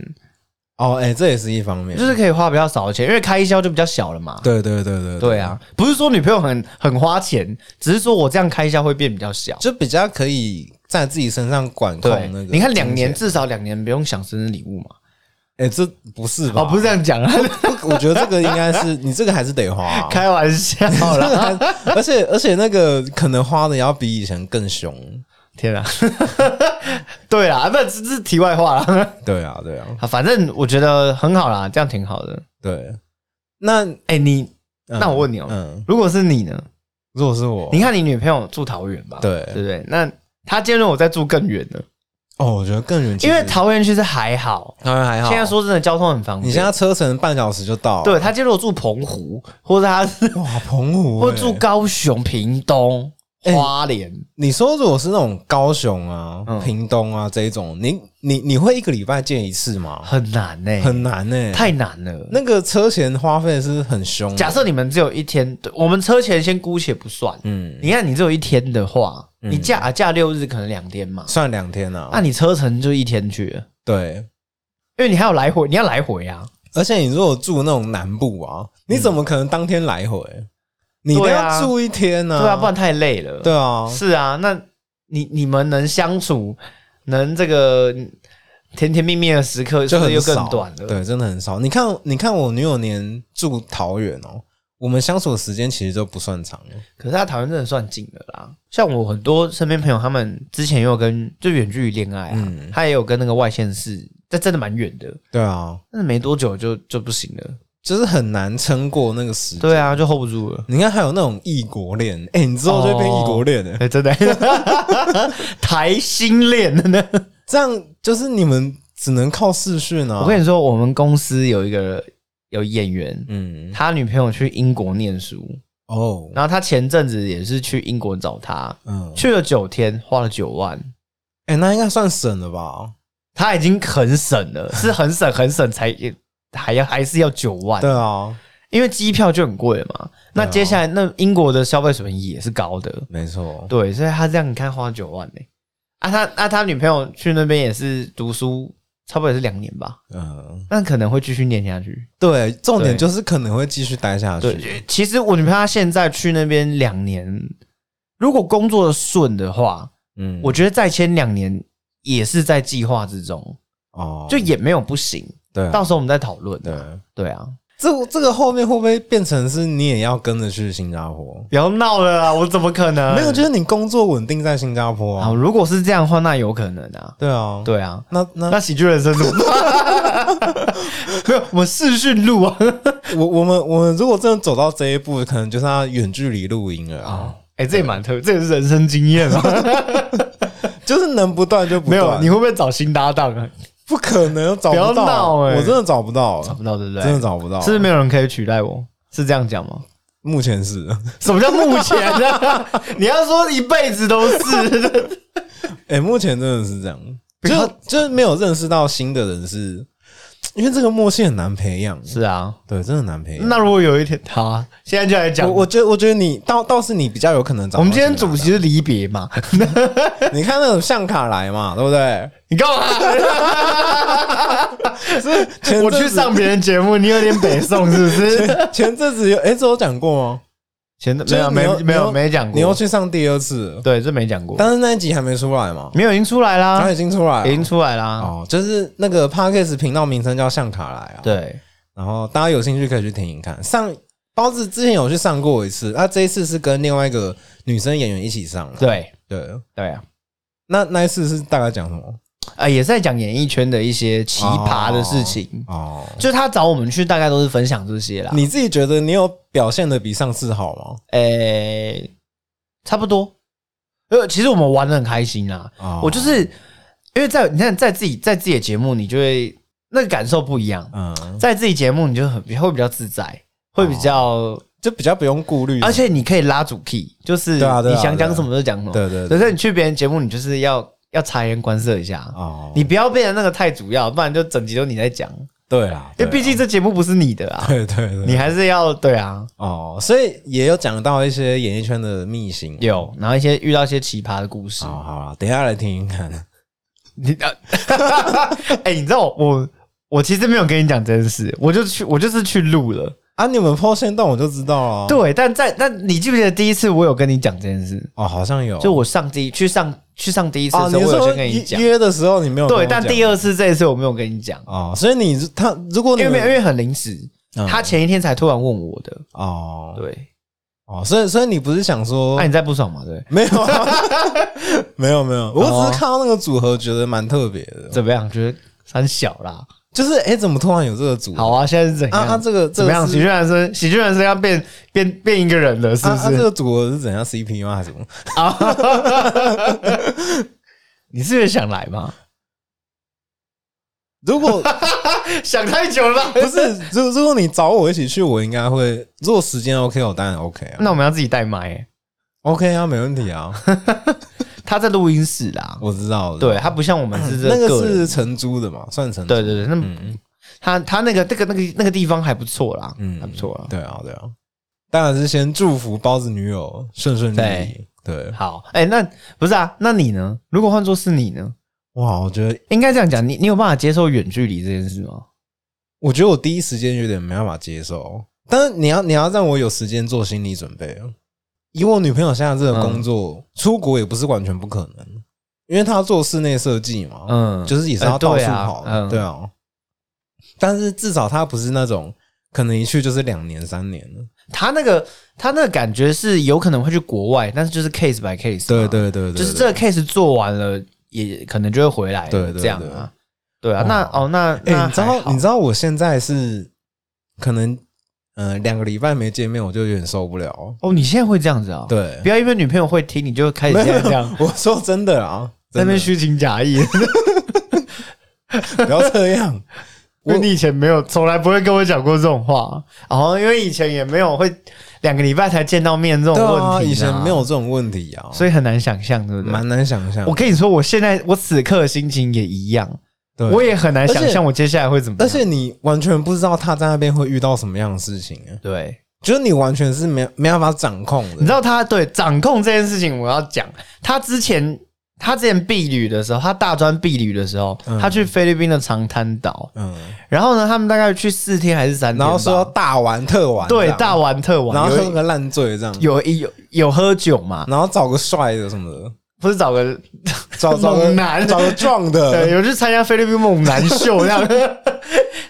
[SPEAKER 2] 哦，哎、这也是一方面。
[SPEAKER 1] 就是可以花比较少的钱，因为开销就比较小了嘛。
[SPEAKER 2] 对对对对
[SPEAKER 1] 对，啊，不是说女朋友很很花钱，只是说我这样开销会变比较小。
[SPEAKER 2] 就比较可以在自己身上管控
[SPEAKER 1] 对
[SPEAKER 2] 那个。，
[SPEAKER 1] 你看两年，，至少两年不用想生日礼物嘛。
[SPEAKER 2] 哎、这不是吧？
[SPEAKER 1] 哦，不是这样讲啊，
[SPEAKER 2] 不， <laughs> 我觉得这个应该是你这个还是得花、
[SPEAKER 1] <laughs>
[SPEAKER 2] 啊。
[SPEAKER 1] 开玩笑
[SPEAKER 2] 这
[SPEAKER 1] 啦。
[SPEAKER 2] 个还是 <laughs> 而且而且那个可能花的也要比以前更凶，
[SPEAKER 1] 天啊， <laughs> 对啊，不，这这是题外话啦。 <laughs>
[SPEAKER 2] 对啊对啊
[SPEAKER 1] 啊反正我觉得很好啦，这样挺好的。
[SPEAKER 2] 对。那、
[SPEAKER 1] 哎、你
[SPEAKER 2] 嗯
[SPEAKER 1] 那我问你哦
[SPEAKER 2] 嗯，
[SPEAKER 1] 如果是你呢？
[SPEAKER 2] 如果是我，
[SPEAKER 1] 你看你女朋友住桃园吧？
[SPEAKER 2] 对
[SPEAKER 1] 对不对？那她今天我在住更远的，
[SPEAKER 2] 哦，我觉得更远，
[SPEAKER 1] 因为桃园其实还好。
[SPEAKER 2] 当然还好。
[SPEAKER 1] 现在说真的，交通很方便。
[SPEAKER 2] 你现在车程半小时就到了，
[SPEAKER 1] 对她今天如果住澎湖，或者她是
[SPEAKER 2] 哇，澎湖、
[SPEAKER 1] 或
[SPEAKER 2] 欸、
[SPEAKER 1] 者住高雄、屏东、
[SPEAKER 2] 哎
[SPEAKER 1] 花莲，
[SPEAKER 2] 你说如果是那种高雄啊、
[SPEAKER 1] 嗯
[SPEAKER 2] 屏东啊这一种，你你你会一个礼拜见一次吗？
[SPEAKER 1] 很难呢、
[SPEAKER 2] 很难呢、
[SPEAKER 1] 太难了。
[SPEAKER 2] 那个车钱花费是很凶啊的。
[SPEAKER 1] 假设你们只有一天，对我们车钱先姑且不算。
[SPEAKER 2] 嗯，
[SPEAKER 1] 你看，你只有一天的话，你假啊假六日可能两天嘛，
[SPEAKER 2] 算两天啊
[SPEAKER 1] 那、，你车程就一天去了，
[SPEAKER 2] 对。
[SPEAKER 1] 因为你还有来回，你要来回啊。
[SPEAKER 2] 而且你如果住那种南部啊，你怎么可能当天来回？你都
[SPEAKER 1] 对
[SPEAKER 2] 要
[SPEAKER 1] 啊
[SPEAKER 2] 住一天呢、
[SPEAKER 1] 嗯对啊，不然太累了。
[SPEAKER 2] 嗯对啊，
[SPEAKER 1] 是啊，那你你们能相处，能这个甜甜蜜蜜的时刻，是
[SPEAKER 2] 就
[SPEAKER 1] 不是
[SPEAKER 2] 很
[SPEAKER 1] 又
[SPEAKER 2] 少
[SPEAKER 1] 更短了？，
[SPEAKER 2] 对，真的很少。你看，你看我女友年住桃园哦，我们相处的时间其实都不算长欸了。
[SPEAKER 1] 可是他讨厌真的算近了啦。像我很多身边朋友，他们之前也有跟就远距离恋爱啊，
[SPEAKER 2] 嗯
[SPEAKER 1] 他也有跟那个外县市，但真的蛮远的，
[SPEAKER 2] 对啊，
[SPEAKER 1] 但是没多久就就不行了。
[SPEAKER 2] 就是很难撑过那个时间。
[SPEAKER 1] 对啊，就 hold 不住了。
[SPEAKER 2] 你看，还有那种异国恋，哎、你之后就会变异国恋的、欸
[SPEAKER 1] 哎、
[SPEAKER 2] <laughs>
[SPEAKER 1] 真的，台新恋的呢。
[SPEAKER 2] 这样就是你们只能靠视讯啊。
[SPEAKER 1] 我跟你说，我们公司有一个有演员，
[SPEAKER 2] 嗯，
[SPEAKER 1] 他女朋友去英国念书，
[SPEAKER 2] 哦，
[SPEAKER 1] 然后他前阵子也是去英国找他，
[SPEAKER 2] 嗯，
[SPEAKER 1] 去了九天，花了九万。
[SPEAKER 2] 哎、那应该算省了吧？
[SPEAKER 1] 他已经很省
[SPEAKER 2] <laughs>
[SPEAKER 1] 了，是很省很省才也还要还是要九万
[SPEAKER 2] 对，啊，
[SPEAKER 1] 因为机票就很贵了嘛。那
[SPEAKER 2] 对啊
[SPEAKER 1] 接下来那英国的消费水平也是高的，
[SPEAKER 2] 没错。
[SPEAKER 1] 对，所以他这样你看花九万呢、啊他，啊他女朋友去那边也是读书，差不多也是两年吧，
[SPEAKER 2] 嗯，
[SPEAKER 1] 那可能会继续念下去。
[SPEAKER 2] 对，重点
[SPEAKER 1] 对
[SPEAKER 2] 就是可能会继续待下去。
[SPEAKER 1] 对，其实我女朋友她现在去那边两年，如果工作顺的话，
[SPEAKER 2] 嗯
[SPEAKER 1] 我觉得再签两年也是在计划之中，
[SPEAKER 2] 哦，
[SPEAKER 1] 就也没有不行。
[SPEAKER 2] 对啊
[SPEAKER 1] 到时候我们再讨论。
[SPEAKER 2] 对，
[SPEAKER 1] 对啊，
[SPEAKER 2] 这这个后面会不会变成是你也要跟着去新加坡？
[SPEAKER 1] 不要闹了啊！我怎么可能
[SPEAKER 2] 没有，就是你工作稳定在新加坡
[SPEAKER 1] 啊，
[SPEAKER 2] 啊。
[SPEAKER 1] 如果是这样的话，那有可能啊。
[SPEAKER 2] 对啊，，
[SPEAKER 1] 对啊，
[SPEAKER 2] 那那
[SPEAKER 1] 那喜剧
[SPEAKER 2] <laughs>
[SPEAKER 1] 人生怎么办？没有，我们视讯录啊。
[SPEAKER 2] 我我们我们如果真的走到这一步，可能就是要远距离录音了啊，
[SPEAKER 1] 哎、这也蛮特，这也是人生经验
[SPEAKER 2] <laughs>
[SPEAKER 1] 啊。
[SPEAKER 2] 就是能不断就不
[SPEAKER 1] 没
[SPEAKER 2] 断。
[SPEAKER 1] 有，你会不会找新搭档啊？
[SPEAKER 2] 不可能找
[SPEAKER 1] 不要
[SPEAKER 2] 到，
[SPEAKER 1] 闹欸
[SPEAKER 2] 我真的找不到，
[SPEAKER 1] 找不到，对不对？
[SPEAKER 2] 真的找不到，
[SPEAKER 1] 是不是没有人可以取代我？是这样讲吗？
[SPEAKER 2] 目前是。
[SPEAKER 1] 什么叫目前啊？ <laughs> 你要说一辈子
[SPEAKER 2] <laughs>
[SPEAKER 1] 都是，
[SPEAKER 2] 哎、目前真的是这样，
[SPEAKER 1] 不要
[SPEAKER 2] 就就是没有认识到新的人是，因为这个默契很难培养，
[SPEAKER 1] 是啊。
[SPEAKER 2] 对，真的很难培养。
[SPEAKER 1] 那如果有一天，好、啊，现在就来讲。
[SPEAKER 2] 我我觉得，我觉得你倒倒是你比较有可能找。
[SPEAKER 1] 我们今天主，题是离别
[SPEAKER 2] <laughs>
[SPEAKER 1] 嘛？
[SPEAKER 2] 你看那种向卡来嘛，对不对？
[SPEAKER 1] 你干 <laughs> 嘛？
[SPEAKER 2] 前阵子
[SPEAKER 1] 我去上别人节目，你有点北宋是不是？
[SPEAKER 2] 前阵子有，哎、这有讲过吗？
[SPEAKER 1] 前
[SPEAKER 2] 就是
[SPEAKER 1] 没有
[SPEAKER 2] 你又
[SPEAKER 1] 没没
[SPEAKER 2] 你
[SPEAKER 1] 有
[SPEAKER 2] 又
[SPEAKER 1] 没讲
[SPEAKER 2] 你又
[SPEAKER 1] 过，
[SPEAKER 2] 去上第二次了，
[SPEAKER 1] 对，这没讲过，
[SPEAKER 2] 但是那一集还没出来嘛？
[SPEAKER 1] 没有已经出来
[SPEAKER 2] 然后
[SPEAKER 1] 啦，
[SPEAKER 2] 已经出来
[SPEAKER 1] 已经
[SPEAKER 2] 了。
[SPEAKER 1] 出来啦，
[SPEAKER 2] 哦，就是那个 podcast 频道名称叫向卡来啊，
[SPEAKER 1] 对，
[SPEAKER 2] 然后大家有兴趣可以去听一看。上包子之前有去上过一次，那、这一次是跟另外一个女生演员一起上的。
[SPEAKER 1] 对
[SPEAKER 2] 对，
[SPEAKER 1] 对啊，
[SPEAKER 2] 那那一次是大概讲什么？
[SPEAKER 1] 啊，也是在讲演艺圈的一些奇葩的事情，
[SPEAKER 2] 哦，
[SPEAKER 1] 就他找我们去，大概都是分享这些啦。
[SPEAKER 2] 你自己觉得你有表现的比上次好吗？
[SPEAKER 1] 诶、差不多。呃，其实我们玩的很开心啦。
[SPEAKER 2] 哦
[SPEAKER 1] 我就是因为在你看，在自己在自己的节目，你就会那个感受不一样。
[SPEAKER 2] 嗯，
[SPEAKER 1] 在自己节目，你就很会比较自在，会比较，
[SPEAKER 2] 就比较不用顾虑，
[SPEAKER 1] 而且你可以拉主 key，就是
[SPEAKER 2] 对啊对啊
[SPEAKER 1] 你想讲什么就讲什么。
[SPEAKER 2] 对对对
[SPEAKER 1] 可是你去别人节目，你就是要要察言观色一下，
[SPEAKER 2] 哦，
[SPEAKER 1] 你不要变得那个太主要，不然就整集都你在讲。
[SPEAKER 2] 对啦，
[SPEAKER 1] 因
[SPEAKER 2] 啊对啦
[SPEAKER 1] 为毕竟这节目不是你的啊，
[SPEAKER 2] <laughs> 对对对，
[SPEAKER 1] 你还是要对啊，
[SPEAKER 2] 哦，所以也有讲到一些演艺圈的秘辛。
[SPEAKER 1] 有，然后一些遇到一些奇葩的故事，
[SPEAKER 2] 哦好啊好啦，等一下来听听看。
[SPEAKER 1] <laughs> 你 <laughs> 啊，哎、你知道我我我其实没有跟你讲这件事，我就去我就是去录了，
[SPEAKER 2] 啊，你们破线动我就知道了。，
[SPEAKER 1] 对，但在但你记不记得第一次我有跟你讲这件事？
[SPEAKER 2] 哦，好像有。
[SPEAKER 1] 就我上第一去上去上第一次
[SPEAKER 2] 哦
[SPEAKER 1] 的，时
[SPEAKER 2] 你
[SPEAKER 1] 候，我有
[SPEAKER 2] 说
[SPEAKER 1] 先跟你讲，
[SPEAKER 2] 约约的时候你没有跟我
[SPEAKER 1] 对，
[SPEAKER 2] 讲
[SPEAKER 1] 但第二次这一次我没有跟你讲，
[SPEAKER 2] 哦，所以你他如果
[SPEAKER 1] 因
[SPEAKER 2] 你
[SPEAKER 1] 为没有因
[SPEAKER 2] 们
[SPEAKER 1] 为很临时，
[SPEAKER 2] 嗯
[SPEAKER 1] 他前一天才突然问我的，
[SPEAKER 2] 哦
[SPEAKER 1] 对，
[SPEAKER 2] 哦，所以所以你不是想说
[SPEAKER 1] 那、你在不爽嘛？对，
[SPEAKER 2] 没有 <laughs> 啊没有没有，我只是看到那个组合觉得蛮特别的，
[SPEAKER 1] 怎么样？觉得三小啦，
[SPEAKER 2] 就是哎，怎么突然有这个组合？
[SPEAKER 1] 好啊，现在是怎
[SPEAKER 2] 啊
[SPEAKER 1] 样？
[SPEAKER 2] 啊，这个这
[SPEAKER 1] 怎么样？
[SPEAKER 2] 个
[SPEAKER 1] 喜
[SPEAKER 2] 是
[SPEAKER 1] 剧人生，喜剧人生要变变变一个人了，是
[SPEAKER 2] 啊
[SPEAKER 1] 不
[SPEAKER 2] 啊，这
[SPEAKER 1] 是？
[SPEAKER 2] 个组合是怎样 CP 吗？还是什么？
[SPEAKER 1] <laughs> 你是不是想来吗？
[SPEAKER 2] 如果 <laughs>
[SPEAKER 1] 想太久了吧？
[SPEAKER 2] 不是，如如果你找我一起去，我应该会。如果时间 OK，我当然 OK 啊
[SPEAKER 1] 那我们要自己带麦、欸，
[SPEAKER 2] ，OK 啊，没问题啊， <laughs>
[SPEAKER 1] 他在录音室啦。
[SPEAKER 2] 我知道。我知道
[SPEAKER 1] 对，他不像我们是这
[SPEAKER 2] 嗯那个
[SPEAKER 1] 人
[SPEAKER 2] 是承租的嘛，算承租。
[SPEAKER 1] 对对对，那
[SPEAKER 2] 嗯，
[SPEAKER 1] 他他那个那个那个那个地方还不错啦，嗯，
[SPEAKER 2] 嗯
[SPEAKER 1] 还不错啦。
[SPEAKER 2] 对啊，对啊。当然是先祝福包子女友顺顺利利。对，
[SPEAKER 1] 好，哎、那不是啊？那你呢？如果换作是你呢？
[SPEAKER 2] 哇，我觉得，
[SPEAKER 1] 应该这样讲，你你有办法接受远距离这件事吗？
[SPEAKER 2] 我觉得我第一时间有点没办法接受，但是你要你要让我有时间做心理准备哦。以我女朋友现在这个工作，出国也不是完全不可能，因为她做室内设计嘛，
[SPEAKER 1] 嗯，
[SPEAKER 2] 就是也是要
[SPEAKER 1] 呃对
[SPEAKER 2] 到处
[SPEAKER 1] 啊
[SPEAKER 2] 跑，
[SPEAKER 1] 嗯
[SPEAKER 2] 对啊。但是至少他不是那种可能一去就是两年三年的，
[SPEAKER 1] 他那个他那个感觉是有可能会去国外，但是就是 case by case，
[SPEAKER 2] 对
[SPEAKER 1] 嘛
[SPEAKER 2] 对对对，
[SPEAKER 1] 就是
[SPEAKER 2] 对
[SPEAKER 1] 这个 case 做完了，也可能就会回来了，
[SPEAKER 2] 对对
[SPEAKER 1] 这样啊，对啊，那哦那
[SPEAKER 2] 哎、
[SPEAKER 1] 那
[SPEAKER 2] 你知
[SPEAKER 1] 还好
[SPEAKER 2] 道你知道我现在是可能呃两个礼拜没见面，我就有点受不了。
[SPEAKER 1] 哦，你现在会这样子啊？，
[SPEAKER 2] 对，
[SPEAKER 1] 不要因为女朋友会听，你就开始
[SPEAKER 2] 没
[SPEAKER 1] 现
[SPEAKER 2] 有
[SPEAKER 1] 在这样，
[SPEAKER 2] 我说真的啊，
[SPEAKER 1] 在那
[SPEAKER 2] 真的
[SPEAKER 1] 边虚情假意。
[SPEAKER 2] 不要这样。
[SPEAKER 1] 因为你以前没有，从来不会跟我讲过这种话，然、后因为以前也没有会两个礼拜才见到面这种
[SPEAKER 2] 对
[SPEAKER 1] 问题、
[SPEAKER 2] 啊，以前没有，这种问题啊，
[SPEAKER 1] 所以很难想象，对不对？
[SPEAKER 2] 蛮难想象。
[SPEAKER 1] 我跟你说，我现在我此刻的心情也一样，
[SPEAKER 2] 对
[SPEAKER 1] 我也很难想
[SPEAKER 2] 而且
[SPEAKER 1] 象我接下来会怎么
[SPEAKER 2] 而
[SPEAKER 1] 样。
[SPEAKER 2] 且你完全不知道他在那边会遇到什么样的事情、啊，
[SPEAKER 1] 对，
[SPEAKER 2] 就是你完全是没没办法掌控的。
[SPEAKER 1] 你知道他对掌控这件事情，我要讲他之前。他之前避旅的时候，他大专避旅的时候，
[SPEAKER 2] 嗯
[SPEAKER 1] 他去菲律宾的长滩岛，
[SPEAKER 2] 嗯，
[SPEAKER 1] 然后呢，他们大概去四天还是三天吧，
[SPEAKER 2] 然后说要大玩特玩，
[SPEAKER 1] 对
[SPEAKER 2] 这样
[SPEAKER 1] 大，玩特玩，
[SPEAKER 2] 然后
[SPEAKER 1] 有
[SPEAKER 2] 喝个烂醉这样，
[SPEAKER 1] 有有有喝酒嘛，
[SPEAKER 2] 然后找个帅的什么
[SPEAKER 1] <laughs>
[SPEAKER 2] 的，
[SPEAKER 1] 不是找个
[SPEAKER 2] 找找个
[SPEAKER 1] 猛男
[SPEAKER 2] 找个壮
[SPEAKER 1] <laughs> 对，
[SPEAKER 2] 的，
[SPEAKER 1] 有去参加菲律宾猛男秀这样。 <laughs>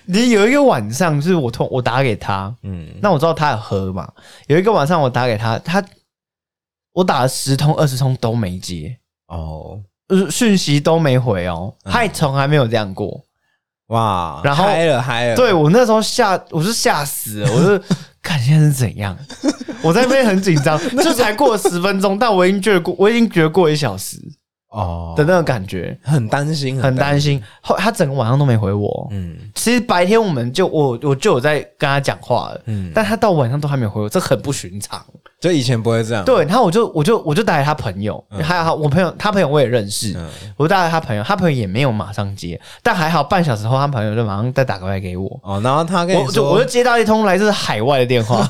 [SPEAKER 1] 你有一个晚上，就是我通我打给他，
[SPEAKER 2] 嗯，
[SPEAKER 1] 那我知道他有喝嘛。有一个晚上我打给他，他我打了十通二十通都没接，
[SPEAKER 2] 哦，
[SPEAKER 1] 呃讯息都没回哦，他也从来没有这样过。
[SPEAKER 2] 哇，
[SPEAKER 1] 然后
[SPEAKER 2] 嗨了嗨了，
[SPEAKER 1] 对我那时候吓，我是吓死了，我是 <laughs> 看现在是怎样，我 <laughs> 在那边很紧张，就才过十分钟，但我已经觉得过，我已经觉得过一小时
[SPEAKER 2] 哦
[SPEAKER 1] 的，那种感觉，
[SPEAKER 2] 很担心，
[SPEAKER 1] 很担，心。后他整个晚上都没回我，
[SPEAKER 2] 嗯
[SPEAKER 1] 其实白天我们就我我就有在跟他讲话了，
[SPEAKER 2] 嗯，
[SPEAKER 1] 但他到晚上都还没有回我，这很不寻常。
[SPEAKER 2] 就以前不会这样，，
[SPEAKER 1] 对，然后我就我就我就打给他朋友，还好我朋友他朋友我也认识，
[SPEAKER 2] 嗯
[SPEAKER 1] 我打给他朋友，他朋友也没有马上接，但还好半小时后他朋友就马上再打过来给我。
[SPEAKER 2] 哦，然后他跟
[SPEAKER 1] 我
[SPEAKER 2] 你
[SPEAKER 1] 就我
[SPEAKER 2] 说
[SPEAKER 1] 就，接到一通来自海外的
[SPEAKER 2] <laughs>
[SPEAKER 1] 电话，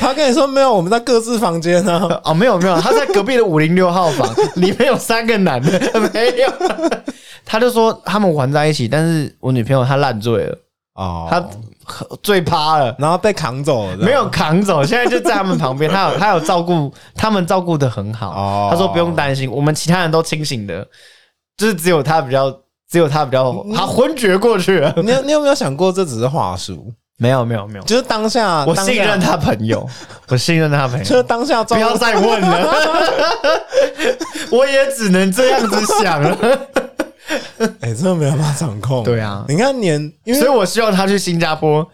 [SPEAKER 2] 他跟你说没有，我们在各自房间啊呢，
[SPEAKER 1] <laughs> 哦，没有没有，他在隔壁的五零六号
[SPEAKER 2] <laughs>
[SPEAKER 1] 房，里面有三个男的，没有。他就说他们玩在一起，但是我女朋友她烂醉了，
[SPEAKER 2] 哦，
[SPEAKER 1] 她喝醉趴了，
[SPEAKER 2] 然后被扛走了，
[SPEAKER 1] 没有扛走，现在就在他们旁 <laughs> 边，他有他有照顾，他们照顾的很好。
[SPEAKER 2] 哦
[SPEAKER 1] 他说不用担心，我们其他人都清醒的，就是只有他比较，只有他比较，他昏厥过去了
[SPEAKER 2] 这。样。你有你有没有想过这只是话术？
[SPEAKER 1] 没有没有没有，
[SPEAKER 2] 就是当下，
[SPEAKER 1] 我
[SPEAKER 2] 当下
[SPEAKER 1] 信任，他朋友，我信任他朋
[SPEAKER 2] 就是
[SPEAKER 1] 友，
[SPEAKER 2] 当下照
[SPEAKER 1] 不
[SPEAKER 2] 顾
[SPEAKER 1] 要再问了， <laughs> 我也只能这样子想了。
[SPEAKER 2] 哎、真的没办法掌控。
[SPEAKER 1] 对啊
[SPEAKER 2] 你看年，因
[SPEAKER 1] 所以
[SPEAKER 2] 为
[SPEAKER 1] 我希望他去新加坡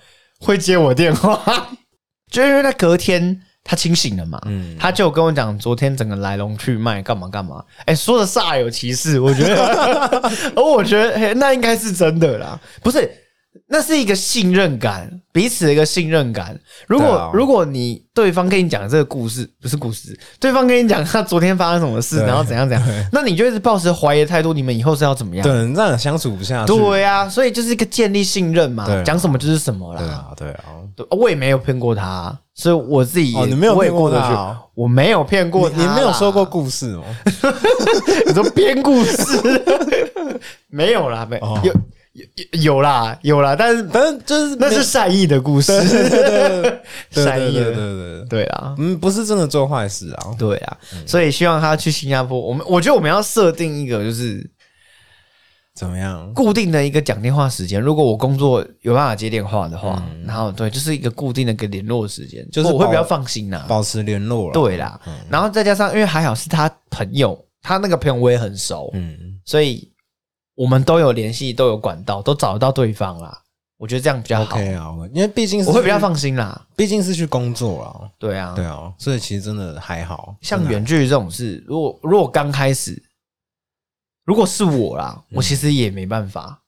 [SPEAKER 1] 会接我电话， <laughs> 就因为他隔天他清醒了嘛，
[SPEAKER 2] 嗯
[SPEAKER 1] 他就有跟我讲昨天整个来龙去脉干嘛干嘛，哎、说的 <laughs> 哎煞有其事，我觉得，而我觉得，嘿，那应该是真的啦，不是。那是一个信任感，彼此的一个信任感。如果、
[SPEAKER 2] 对啊
[SPEAKER 1] 如果你对方跟你讲这个故事，不是故事，对方跟你讲他昨天发生什么事，
[SPEAKER 2] 对
[SPEAKER 1] 然后怎样怎 <laughs> 样，那你就一直抱持怀疑的态度，你们以后是要怎么样？
[SPEAKER 2] 对，让人相处不下去。
[SPEAKER 1] 对啊呀、所以就是一个建立信任嘛
[SPEAKER 2] 对啊，
[SPEAKER 1] 讲什么就是什么
[SPEAKER 2] 对
[SPEAKER 1] 啦。
[SPEAKER 2] 啊，对啊，
[SPEAKER 1] 对我也没有骗过他，所以我自己也
[SPEAKER 2] 哦你没有
[SPEAKER 1] 我也
[SPEAKER 2] 骗过
[SPEAKER 1] 过得
[SPEAKER 2] 他
[SPEAKER 1] 去
[SPEAKER 2] 哦，
[SPEAKER 1] 我没有骗过他
[SPEAKER 2] 你你没有
[SPEAKER 1] 啦
[SPEAKER 2] 说过故事哦？
[SPEAKER 1] <laughs> 你说编故事？ <laughs> 没有啦，没
[SPEAKER 2] 哦
[SPEAKER 1] 有有有有啦有啦，但是
[SPEAKER 2] 但是就是
[SPEAKER 1] 那是善意的故事，
[SPEAKER 2] 对对对对对
[SPEAKER 1] <laughs> 善
[SPEAKER 2] 对
[SPEAKER 1] 意
[SPEAKER 2] 对对
[SPEAKER 1] 的，
[SPEAKER 2] 对，
[SPEAKER 1] <laughs> 对啊，
[SPEAKER 2] 嗯，不是真的做坏事啊。
[SPEAKER 1] 对啊，所以希望他去新加坡，我们我觉得我们要设定一个就是
[SPEAKER 2] 怎么样？
[SPEAKER 1] 固定的一个讲电话时间，如果我工作有办法接电话的话，
[SPEAKER 2] 嗯
[SPEAKER 1] 然后对，就是一个固定的一个联络时间，
[SPEAKER 2] 就是
[SPEAKER 1] 我会
[SPEAKER 2] 保
[SPEAKER 1] 比较放心啦、
[SPEAKER 2] 保持联络了。，啊
[SPEAKER 1] 对啦，
[SPEAKER 2] 嗯
[SPEAKER 1] 然后再加上因为还好是他朋友，他那个朋友我也很熟，
[SPEAKER 2] 嗯，
[SPEAKER 1] 所以我们都有联系，都有管道，都找得到对方啦。我觉得这样比较好
[SPEAKER 2] OK 啊，我因为毕竟是
[SPEAKER 1] 我会比较
[SPEAKER 2] 去，
[SPEAKER 1] 放心啦。
[SPEAKER 2] 毕竟是去工作了。
[SPEAKER 1] 对啊，
[SPEAKER 2] 对啊，所以其实真的还好。
[SPEAKER 1] 像远距离这种事，如果如果刚开始，如果是我啦，
[SPEAKER 2] 嗯
[SPEAKER 1] 我其实也没办法。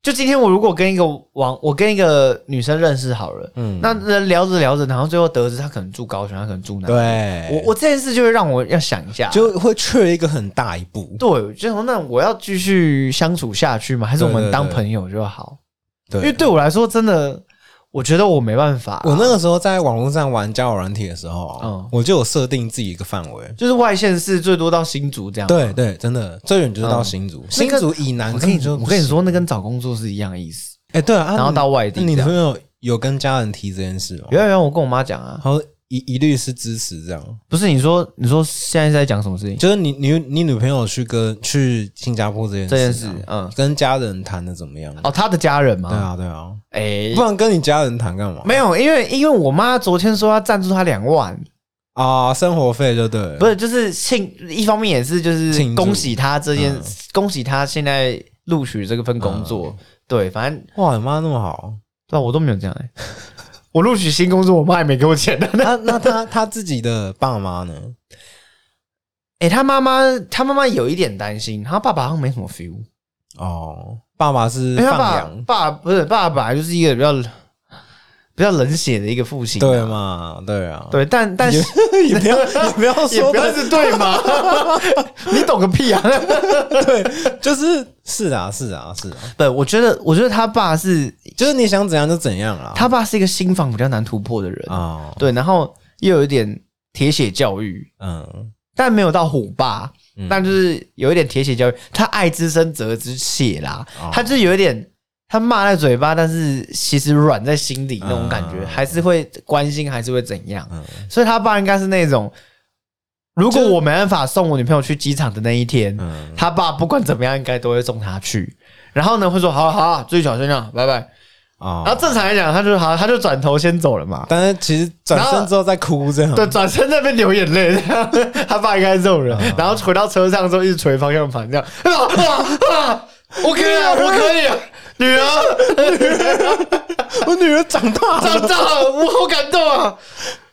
[SPEAKER 1] 就今天我如果跟一个网，我跟一个女生认识好了，
[SPEAKER 2] 嗯
[SPEAKER 1] 那人聊着聊着，然后最后得知她可能住高雄，她可能住南部，
[SPEAKER 2] 对，
[SPEAKER 1] 我我这件事就会让我要想一下，
[SPEAKER 2] 就会缺一个很大一步。
[SPEAKER 1] 对，就想说那我要继续相处下去吗？还是我
[SPEAKER 2] 对对
[SPEAKER 1] 们
[SPEAKER 2] 对
[SPEAKER 1] 当朋友就好？
[SPEAKER 2] 对，
[SPEAKER 1] 因为对我来说，真的，我觉得我没办法、
[SPEAKER 2] 我那个时候在网络上玩交友软体的时候啊，
[SPEAKER 1] 嗯
[SPEAKER 2] 我就有设定自己一个范围。
[SPEAKER 1] 就是外县市最多到新竹这样。
[SPEAKER 2] 对，对，真的最远就是到新竹，新竹以南
[SPEAKER 1] 啊我跟你
[SPEAKER 2] 根本就
[SPEAKER 1] 说，
[SPEAKER 2] 不
[SPEAKER 1] 我跟你
[SPEAKER 2] 行，
[SPEAKER 1] 说，那跟找工作是一样的意思。
[SPEAKER 2] 哎，对啊，啊
[SPEAKER 1] 然后到外地
[SPEAKER 2] 那你
[SPEAKER 1] 这
[SPEAKER 2] 女
[SPEAKER 1] 样
[SPEAKER 2] 朋友有跟家人提这件事哦？
[SPEAKER 1] 原来我跟我妈讲啊，
[SPEAKER 2] 然后一一律是支持这样，
[SPEAKER 1] 不是你说，你说现在是在讲什么事情？
[SPEAKER 2] 就是你你你女朋友去跟去新加坡这件
[SPEAKER 1] 这件
[SPEAKER 2] 事
[SPEAKER 1] 事
[SPEAKER 2] 啊，，
[SPEAKER 1] 嗯，
[SPEAKER 2] 跟家人谈的怎么样？
[SPEAKER 1] 哦，他的家人
[SPEAKER 2] 对
[SPEAKER 1] 吗？
[SPEAKER 2] 啊对啊，
[SPEAKER 1] 哎、
[SPEAKER 2] 不然跟你家人谈干嘛？
[SPEAKER 1] 没有，因为因为我妈昨天说要赞助他两万，
[SPEAKER 2] 啊，生活费就对了，
[SPEAKER 1] 不是，就是庆，一方面也是就是
[SPEAKER 2] 庆祝
[SPEAKER 1] 恭喜他这件，
[SPEAKER 2] 嗯
[SPEAKER 1] 恭喜他现在录取这个份工作。对，反正
[SPEAKER 2] 哇，你妈那么好，
[SPEAKER 1] 嗯对啊、我都没有这样、欸， <laughs> 我录取新工作，我妈也没给我钱 <laughs> 的。
[SPEAKER 2] 那那他他自己的爸妈呢？
[SPEAKER 1] 哎、他妈妈，他妈妈有一点担心，他爸爸好像没什么 feel，
[SPEAKER 2] 哦，爸爸是
[SPEAKER 1] 因为他
[SPEAKER 2] 放
[SPEAKER 1] 爸
[SPEAKER 2] 羊，
[SPEAKER 1] 爸不是爸爸，就是一个比较比较冷血的一个父亲、
[SPEAKER 2] 对？嘛？对啊，
[SPEAKER 1] 对，但但是
[SPEAKER 2] <laughs> 你不要你不要
[SPEAKER 1] 也
[SPEAKER 2] 说
[SPEAKER 1] 不要
[SPEAKER 2] 的，
[SPEAKER 1] 是对嘛， <laughs> 你懂个屁啊！
[SPEAKER 2] 就是是啊是啊是啊，
[SPEAKER 1] 不，我觉得我觉得他爸是
[SPEAKER 2] 就是你想怎样就怎样啊。
[SPEAKER 1] 他爸是一个心房比较难突破的人，
[SPEAKER 2] 啊，
[SPEAKER 1] 对，然后又有一点铁血教育，
[SPEAKER 2] 嗯，
[SPEAKER 1] 但没有到虎爸，
[SPEAKER 2] 嗯
[SPEAKER 1] 但就是有一点铁血教育。他爱之深责之切啦，
[SPEAKER 2] 哦
[SPEAKER 1] 他就是有一点，他骂在嘴巴，但是其实软在心底那种感觉，
[SPEAKER 2] 嗯
[SPEAKER 1] 还是会关心，还是会怎样。
[SPEAKER 2] 嗯
[SPEAKER 1] 所以他爸应该是那种，如果
[SPEAKER 2] 就
[SPEAKER 1] 我没办法送我女朋友去机场的那一天，
[SPEAKER 2] 嗯
[SPEAKER 1] 他爸不管怎么样，应该都会送她去。然后呢，会说好啊好啊，注意小心啊，拜拜。
[SPEAKER 2] 啊，
[SPEAKER 1] 然后正常来讲，他就好，他就转头先走了嘛。
[SPEAKER 2] 但是其实转身之后再哭这样，
[SPEAKER 1] 对，转身在那边流眼泪，这样他爸应该是这种人，然后回到车上之后一直捶方向盘，这样，嗯 <laughs> 啊啊啊！我可以啊，我可以啊，女儿
[SPEAKER 2] <laughs> 我女儿长大 <laughs> 了，
[SPEAKER 1] 长大了，我好感动啊，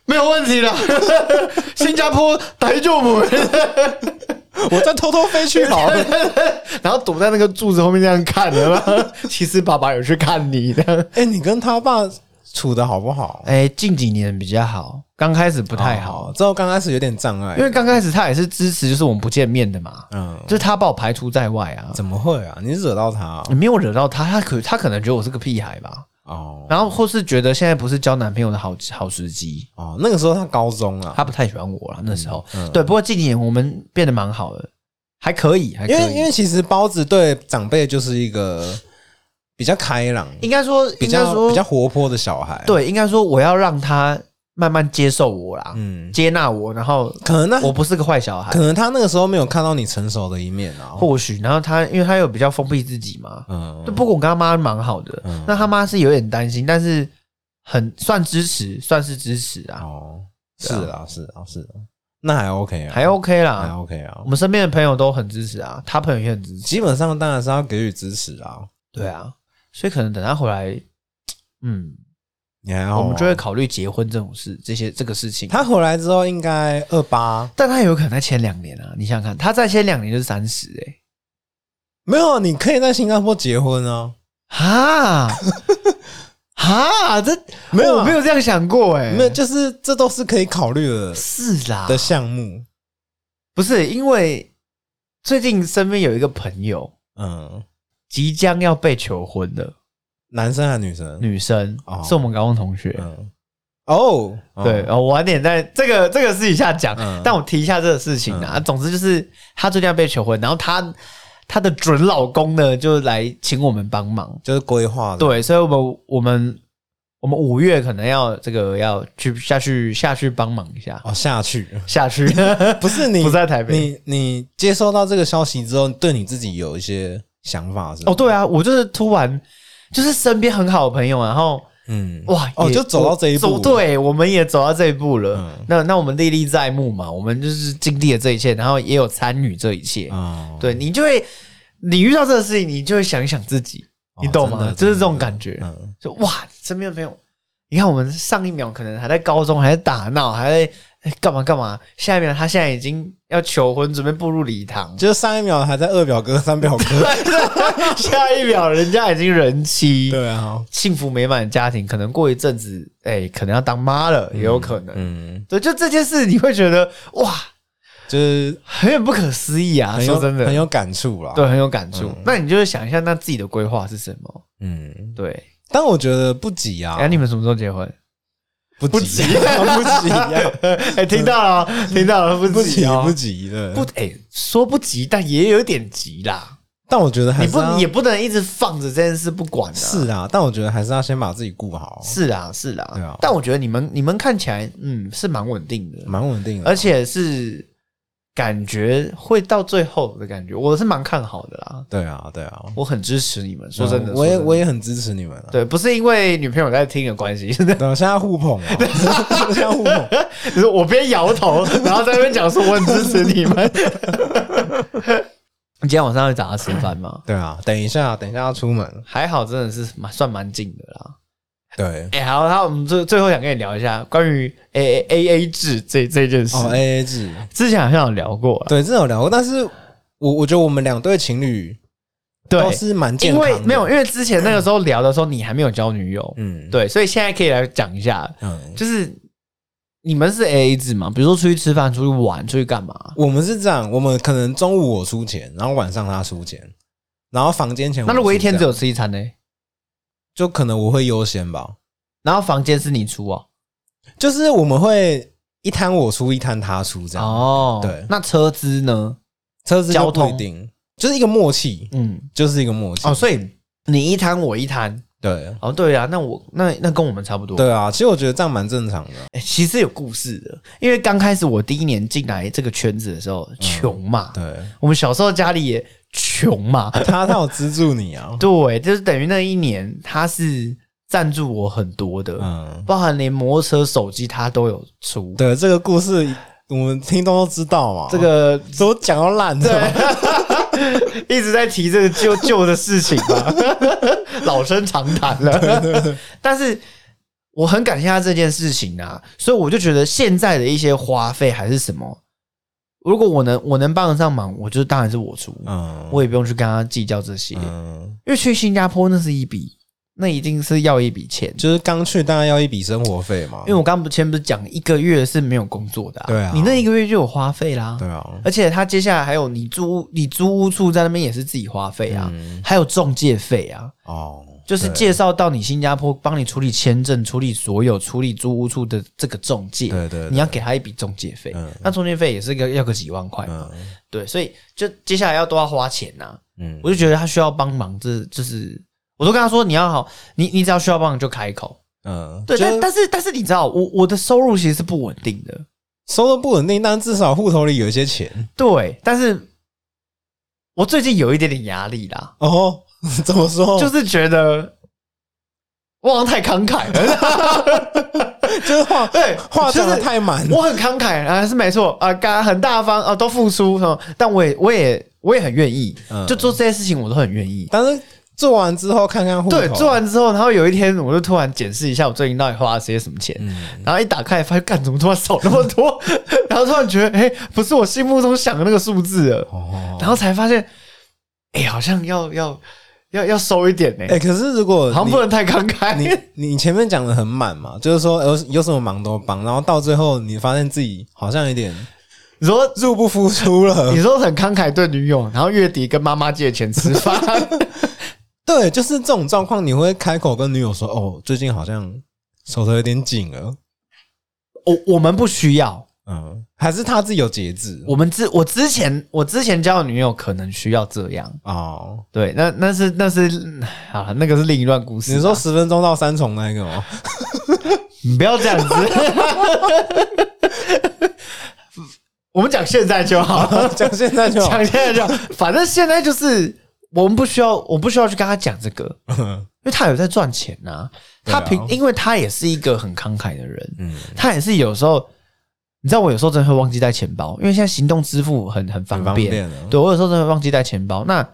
[SPEAKER 1] 没有问 <laughs> 题的，新加坡逮救我，
[SPEAKER 2] 我再偷偷飞去好了。
[SPEAKER 1] <laughs> 然后躲在那个柱子后面这样看的 <laughs> 嘛，其实爸爸有去看你的，
[SPEAKER 2] 哎，你跟他爸处的好不好？
[SPEAKER 1] 哎，近几年比较好，刚开始不太好
[SPEAKER 2] 哦，，之后刚开始有点障碍，
[SPEAKER 1] 因为刚开始他也是支持，就是我们不见面的嘛，
[SPEAKER 2] 嗯，
[SPEAKER 1] 就是他把我排除在外啊，
[SPEAKER 2] 怎么会啊？你惹到他啊
[SPEAKER 1] 没有惹到他，他可他可能觉得我是个屁孩吧，
[SPEAKER 2] 哦
[SPEAKER 1] 然后或是觉得现在不是交男朋友的好好时机，
[SPEAKER 2] 哦，那个时候他高中啊，嗯
[SPEAKER 1] 他不太喜欢我了那时候。对，不过近几年我们变得蛮好的，还可以，还可
[SPEAKER 2] 因
[SPEAKER 1] 以。
[SPEAKER 2] 为因为其实包子对长辈就是一个比较开朗、
[SPEAKER 1] 应该说，
[SPEAKER 2] 比
[SPEAKER 1] 应该
[SPEAKER 2] 较
[SPEAKER 1] 说
[SPEAKER 2] 比较活泼的小孩。，
[SPEAKER 1] 对，应该说我要让他慢慢接受我啦，
[SPEAKER 2] 嗯，
[SPEAKER 1] 接纳我，然后
[SPEAKER 2] 可能那
[SPEAKER 1] 我不是个坏小
[SPEAKER 2] <laughs>
[SPEAKER 1] 孩
[SPEAKER 2] 可，能他那个时候没有看到你成熟的一面啊。
[SPEAKER 1] 或许。然后他因为他有比较封闭自己嘛，
[SPEAKER 2] 嗯
[SPEAKER 1] 对，不过我跟他妈蛮好的，
[SPEAKER 2] 嗯
[SPEAKER 1] 那他妈是有点担心，但是很算支持，算是支持啊，嗯
[SPEAKER 2] 哦，是啊，是啊，是啊，那还 OK 啊，
[SPEAKER 1] 还 OK
[SPEAKER 2] 还
[SPEAKER 1] 啦。
[SPEAKER 2] OK 啊
[SPEAKER 1] 我。们身边的朋友都很支持啊，他朋友也很支持。
[SPEAKER 2] 基本上当然是要给予支持啊。
[SPEAKER 1] 对啊，所以可能等他回来，嗯，
[SPEAKER 2] 你还好啊，
[SPEAKER 1] 我们就会考虑结婚这种事，这些这个事情。
[SPEAKER 2] 他回来之后应该二八，
[SPEAKER 1] 但他有可能再签两年啊！你想想看，他再签两年就是三十哎，
[SPEAKER 2] 没有，你可以在新加坡结婚啊。
[SPEAKER 1] 哈 <laughs> 哈，这
[SPEAKER 2] <laughs> 没有啊
[SPEAKER 1] 我没有这样想过哎、
[SPEAKER 2] 没有，就是这都是可以考虑的
[SPEAKER 1] 是啦，
[SPEAKER 2] 的项目。
[SPEAKER 1] 不是因为最近身边有一个朋友
[SPEAKER 2] 嗯，
[SPEAKER 1] 即将要被求婚的
[SPEAKER 2] 男生还是女生？
[SPEAKER 1] 女生，
[SPEAKER 2] 哦
[SPEAKER 1] 是我们高中同学。
[SPEAKER 2] 嗯，哦，哦
[SPEAKER 1] 对，然，后晚点再这个这个私底下讲，
[SPEAKER 2] 嗯
[SPEAKER 1] 但我提一下这个事情啊。总之就是她最近要被求婚，然后她她的准老公呢就来请我们帮忙。
[SPEAKER 2] 就是规划的。，
[SPEAKER 1] 对，所以我们我们我们五月可能要这个要去下去下去帮忙一下，
[SPEAKER 2] 哦，下去 <laughs>
[SPEAKER 1] 下去 <laughs>
[SPEAKER 2] 不是你
[SPEAKER 1] 不在台北。
[SPEAKER 2] 你你接收到这个消息之后，对你自己有一些想法是吗
[SPEAKER 1] 哦，，对啊，我就是突然就是身边很好的朋友，然后
[SPEAKER 2] 嗯，
[SPEAKER 1] 哇，
[SPEAKER 2] 哦，
[SPEAKER 1] 也
[SPEAKER 2] 就走到这一步，
[SPEAKER 1] 走，对，我们也走到这一步了。
[SPEAKER 2] 嗯
[SPEAKER 1] 那那我们历历在目嘛，我们就是经历了这一切，然后也有参与这一切。
[SPEAKER 2] 哦，
[SPEAKER 1] 对你就会，你遇到这个事情，你就会想一想自己，
[SPEAKER 2] 哦
[SPEAKER 1] 你懂吗
[SPEAKER 2] 真？的
[SPEAKER 1] 就是这种感觉，
[SPEAKER 2] 嗯，
[SPEAKER 1] 就哇，身边的朋友，你看我们上一秒可能还在高中，还在打闹，还在哎干嘛干嘛，下一秒他现在已经要求婚，准备步入礼堂， <laughs>
[SPEAKER 2] 就是上一秒还在二表哥、三表哥，
[SPEAKER 1] 下一秒人家已经人妻，
[SPEAKER 2] 对啊，
[SPEAKER 1] 幸福美满的家庭，可能过一阵子，哎、可能要当妈了，也有可能。
[SPEAKER 2] 嗯，
[SPEAKER 1] 对，就这件事，你会觉得哇，
[SPEAKER 2] 就是
[SPEAKER 1] 很有点不可思议啊！
[SPEAKER 2] 很有
[SPEAKER 1] 说真
[SPEAKER 2] 很
[SPEAKER 1] 的，
[SPEAKER 2] 有感触啦。
[SPEAKER 1] 对，，很有感触。
[SPEAKER 2] 嗯
[SPEAKER 1] 那你就是想一下，那自己的规划是什么？
[SPEAKER 2] 嗯，
[SPEAKER 1] 对，
[SPEAKER 2] 但我觉得不急啊
[SPEAKER 1] 哎、，你们什么时候结婚？
[SPEAKER 2] 不
[SPEAKER 1] <laughs> 不
[SPEAKER 2] 急
[SPEAKER 1] 急，
[SPEAKER 2] 不急啊，
[SPEAKER 1] <laughs> 哎、听到了哦，听到了，
[SPEAKER 2] 不
[SPEAKER 1] 不
[SPEAKER 2] 急啊
[SPEAKER 1] 急哦，
[SPEAKER 2] 不急的。
[SPEAKER 1] 不，哎、说不急，但也有点急啦。
[SPEAKER 2] 但我觉得还
[SPEAKER 1] 你
[SPEAKER 2] 是
[SPEAKER 1] 不
[SPEAKER 2] 要
[SPEAKER 1] 也不能一直放着这件事不管啊。
[SPEAKER 2] 是啊，但我觉得还是要先把自己顾好，
[SPEAKER 1] 是啊，是啊。
[SPEAKER 2] 对啊
[SPEAKER 1] 但我觉得你们你们看起来，嗯，是蛮稳定的，
[SPEAKER 2] 蛮稳定的。
[SPEAKER 1] 而且是感觉会到最后的感觉，我是蛮看好的啦。
[SPEAKER 2] 对啊，对啊，
[SPEAKER 1] 我很支持你们，说真的，
[SPEAKER 2] 嗯我也
[SPEAKER 1] 说真的
[SPEAKER 2] 我也很支持你们啊。
[SPEAKER 1] 对，不是因为女朋友在听的关系， <laughs> 真的，
[SPEAKER 2] 对啊，现在互捧
[SPEAKER 1] <laughs>
[SPEAKER 2] 啊，现在互捧。
[SPEAKER 1] 就是我边摇头，然后在那边讲说我很支持
[SPEAKER 2] <laughs>
[SPEAKER 1] 你们。你今天晚上要找他吃饭吗？
[SPEAKER 2] 对啊，等一下，等一下要出门。
[SPEAKER 1] 还好，真的是蛮算蛮近的啦。
[SPEAKER 2] 对，
[SPEAKER 1] 哎、好，那我们最最后想跟你聊一下关于 A A A A 制这这件事。
[SPEAKER 2] 哦，A A 制，
[SPEAKER 1] 之前好像有聊过了，
[SPEAKER 2] 对，这有聊过，但是我我觉得我们两对情侣都是蛮健
[SPEAKER 1] 因
[SPEAKER 2] 康的，
[SPEAKER 1] 为没有，因为之前那个时候聊的时候，你还没有交女友，
[SPEAKER 2] 嗯，
[SPEAKER 1] 对，所以现在可以来讲一下，
[SPEAKER 2] 嗯，
[SPEAKER 1] 就是你们是 A A 制嘛？比如说出去吃饭、出去玩、出去干嘛？
[SPEAKER 2] 我们是这样，我们可能中午我出钱，然后晚上他出钱，然后房间钱我
[SPEAKER 1] 那如果一
[SPEAKER 2] 出这样
[SPEAKER 1] 天只有吃一餐呢？
[SPEAKER 2] 就可能我会优先吧，
[SPEAKER 1] 然后房间是你出哦，
[SPEAKER 2] 就是我们会一摊我出，一摊他出这样。
[SPEAKER 1] 哦，
[SPEAKER 2] 对
[SPEAKER 1] 那车资呢？
[SPEAKER 2] 车子就
[SPEAKER 1] 交通
[SPEAKER 2] 不一定，就是一个默契，
[SPEAKER 1] 嗯，
[SPEAKER 2] 就是一个默契。
[SPEAKER 1] 哦，所以你一摊我一摊，
[SPEAKER 2] 对
[SPEAKER 1] 哦，对啊，那我那那跟我们差不多，
[SPEAKER 2] 对啊，其实我觉得这样蛮正常的。
[SPEAKER 1] 欸其实有故事的，因为刚开始我第一年进来这个圈子的时候，穷嘛，
[SPEAKER 2] 嗯对，
[SPEAKER 1] 我们小时候家里也穷嘛，
[SPEAKER 2] 他他有资助你
[SPEAKER 1] <laughs>
[SPEAKER 2] 啊，
[SPEAKER 1] 对，就是等于那一年他是赞助我很多的，
[SPEAKER 2] 嗯，
[SPEAKER 1] 包含连摩托车、手机他都有出。
[SPEAKER 2] 对，这个故事我们听众都知道嘛，
[SPEAKER 1] 这个
[SPEAKER 2] 都讲到烂的，
[SPEAKER 1] <laughs> 一直在提这个旧旧的事情嘛， <laughs> 老生常谈了。但是我很感谢他这件事情啊，所以我就觉得现在的一些花费还是什么，如果我能我能帮得上忙，我就当然是我出，
[SPEAKER 2] 嗯，
[SPEAKER 1] 我也不用去跟他计较这些，
[SPEAKER 2] 嗯，
[SPEAKER 1] 因为去新加坡那是一笔，那一定是要一笔钱。
[SPEAKER 2] 就是刚去当然要一笔生活费嘛，
[SPEAKER 1] 因为我刚不前不是讲一个月是没有工作的、
[SPEAKER 2] 对啊
[SPEAKER 1] 你那一个月就有花费啦，
[SPEAKER 2] 对啊，
[SPEAKER 1] 而且他接下来还有你租屋，你租屋住在那边也是自己花费啊，还有中介费啊，
[SPEAKER 2] 嗯哦，
[SPEAKER 1] 就是介绍到你新加坡帮你处理签证、处理所有、处理租屋处的这个中介，
[SPEAKER 2] 对对对
[SPEAKER 1] 你要给他一笔中介费，
[SPEAKER 2] 嗯
[SPEAKER 1] 那中介费也是个要个几万块嘛，
[SPEAKER 2] 嗯
[SPEAKER 1] 对，所以就接下来要多要花钱呐、
[SPEAKER 2] 嗯
[SPEAKER 1] 我就觉得他需要帮忙，这就是我都跟他说你要好，你你只要需要帮忙就开口，
[SPEAKER 2] 嗯，
[SPEAKER 1] 对，
[SPEAKER 2] 就是
[SPEAKER 1] 但但是但是你知道我我的收入其实是不稳定的，
[SPEAKER 2] 收入不稳定，但至少户头里有一些钱
[SPEAKER 1] 对，但是我最近有一点点压力啦。
[SPEAKER 2] 哦。 <laughs> 怎么说？
[SPEAKER 1] 就是觉得我好像太慷
[SPEAKER 2] <laughs>
[SPEAKER 1] 慨了，
[SPEAKER 2] 就是 <laughs> 话
[SPEAKER 1] 对，
[SPEAKER 2] 哎话讲的
[SPEAKER 1] 就是
[SPEAKER 2] 太满，
[SPEAKER 1] 我很慷慨啊，是没错啊，刚很大方啊，都付出什么，但我也我也我也很愿意
[SPEAKER 2] 嗯，
[SPEAKER 1] 就做这些事情我都很愿意。
[SPEAKER 2] 但是做完之后看看户头，
[SPEAKER 1] 对，做完之后，然后有一天我就突然检视一下我最近到底花了些什么钱，
[SPEAKER 2] 嗯
[SPEAKER 1] 然后一打开发现，干怎么突然少那么
[SPEAKER 2] <laughs>
[SPEAKER 1] 多，然后突然觉得，哎、不是我心目中想的那个数字了，
[SPEAKER 2] 哦，
[SPEAKER 1] 然后才发现，哎、好像要要要要收一点呢、
[SPEAKER 2] 哎、可是如果
[SPEAKER 1] 好像
[SPEAKER 2] 你
[SPEAKER 1] 不能太慷慨。 <laughs>
[SPEAKER 2] 你你前面讲的很满嘛，就是说有有什么忙都帮，然后到最后你发现自己好像有点
[SPEAKER 1] 你说
[SPEAKER 2] 入不敷出了
[SPEAKER 1] <laughs> 你。说很慷慨对女友，然后月底跟妈妈借钱吃
[SPEAKER 2] <laughs>
[SPEAKER 1] 饭，
[SPEAKER 2] 对，就是这种状况，你会开口跟女友说：“哦，最近好像手头有点紧了。
[SPEAKER 1] 我我们不需要，”
[SPEAKER 2] 嗯，还是他自己有节制
[SPEAKER 1] 我们之我之前我之前交的女友可能需要这样，
[SPEAKER 2] 哦。
[SPEAKER 1] 对，那那是那是好了，那个是另一段故事啊。
[SPEAKER 2] 你说十分钟到三重那一个吗？
[SPEAKER 1] 你不要这样
[SPEAKER 2] <laughs>
[SPEAKER 1] 子，我们讲现在就好，
[SPEAKER 2] 讲现在 <laughs> 就好
[SPEAKER 1] 讲现在就好，反正现在就是我们不需要，我不需要去跟他讲这个，
[SPEAKER 2] 嗯
[SPEAKER 1] 因为他有在赚钱呐、他
[SPEAKER 2] 对啊
[SPEAKER 1] 平，因为他也是一个很慷慨的人，
[SPEAKER 2] 嗯，
[SPEAKER 1] 他也是有时候，你知道我有时候真的会忘记带钱包，因为现在行动支付很很方
[SPEAKER 2] 很方
[SPEAKER 1] 便，
[SPEAKER 2] 便啊
[SPEAKER 1] 对我有时候真的会忘记带钱包。那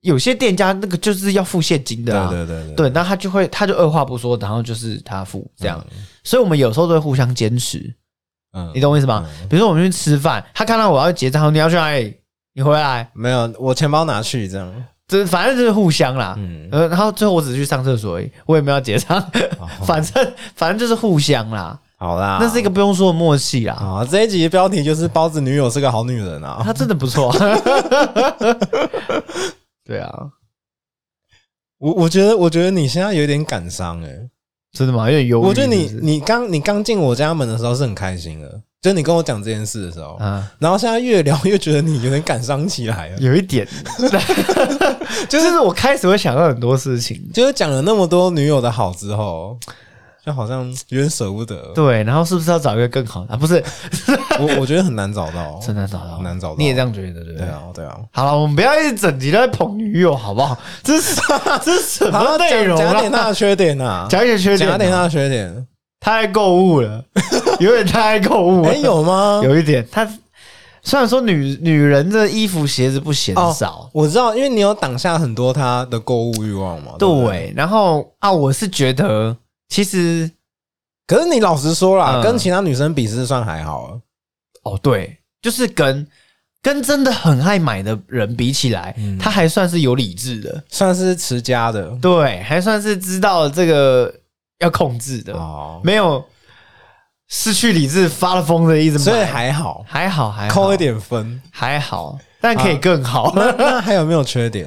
[SPEAKER 1] 有些店家那个就是要付现金的、啊，
[SPEAKER 2] 对对对
[SPEAKER 1] 对，那他就会他就二话不说，然后就是他付这样，所以我们有时候都会互相坚持，
[SPEAKER 2] 嗯
[SPEAKER 1] 你懂我意思吗？比如说我们去吃饭，他看到我要结账，他说你要去哪里？你回来，
[SPEAKER 2] 没有？我钱包拿去这样。
[SPEAKER 1] 这反正就是互相啦。
[SPEAKER 2] 嗯，
[SPEAKER 1] 呃，然后最后我只是去上厕所而已，我也没有要结账，反正反正就是互相啦，
[SPEAKER 2] 好啦，
[SPEAKER 1] 那是一个不用说的默契啦。
[SPEAKER 2] 啊，这一集的标题就是“包子女友是个好女人”啊。
[SPEAKER 1] <laughs> 她真的不错，对啊，
[SPEAKER 2] 我我觉得，我觉得你现在有点感伤哎、
[SPEAKER 1] 真的吗？有点忧郁。
[SPEAKER 2] 我觉得你
[SPEAKER 1] 是不是
[SPEAKER 2] 你刚你刚进我家门的时候是很开心的，就是你跟我讲这件事的时候，
[SPEAKER 1] 啊，
[SPEAKER 2] 然后现在越聊越觉得你有点感伤起来了，
[SPEAKER 1] 有一 <laughs> 点，就是我开始会想到很多事情，
[SPEAKER 2] 就是讲了那么多女友的好之后，就好像有点舍不得。
[SPEAKER 1] 对，然后是不是要找一个更好的？啊，不是，
[SPEAKER 2] 我我觉得很难找到，
[SPEAKER 1] <laughs> 真难找到，
[SPEAKER 2] 哦很难找到。
[SPEAKER 1] 你也这？样觉得对
[SPEAKER 2] 对
[SPEAKER 1] 不对？
[SPEAKER 2] 啊，对啊。
[SPEAKER 1] 好了，我们不要一整集都在捧女友，好不好？这
[SPEAKER 2] <laughs>
[SPEAKER 1] 是这是什么
[SPEAKER 2] 好，
[SPEAKER 1] 内容
[SPEAKER 2] 讲讲点
[SPEAKER 1] 啊？
[SPEAKER 2] 他的缺点呐，
[SPEAKER 1] 讲一点缺点
[SPEAKER 2] 讲
[SPEAKER 1] 啊，
[SPEAKER 2] 点他的缺点。
[SPEAKER 1] 太购物了， <laughs> 有点太购物了。
[SPEAKER 2] 哎，有吗？
[SPEAKER 1] 有一点，他虽然说女女人的衣服鞋子不嫌
[SPEAKER 2] 哦
[SPEAKER 1] 少，
[SPEAKER 2] 我知道，因为你有挡下很多他的购物欲望嘛。对不对，
[SPEAKER 1] 对，然后啊，我是觉得其实
[SPEAKER 2] 可是你老实说啦，
[SPEAKER 1] 嗯
[SPEAKER 2] 跟其他女生比是算还好了。
[SPEAKER 1] 哦，对，就是跟跟真的很爱买的人比起来，
[SPEAKER 2] 嗯
[SPEAKER 1] 他还算是有理智的，
[SPEAKER 2] 算是持家的
[SPEAKER 1] 对，还算是知道这个要控制的，
[SPEAKER 2] 哦，
[SPEAKER 1] 没有失去理智发了疯的一直买，
[SPEAKER 2] 所以还好，
[SPEAKER 1] 还好，还好
[SPEAKER 2] 扣一点啊分。
[SPEAKER 1] 还好，但可以更好。 <laughs>
[SPEAKER 2] 那那还有没有缺点？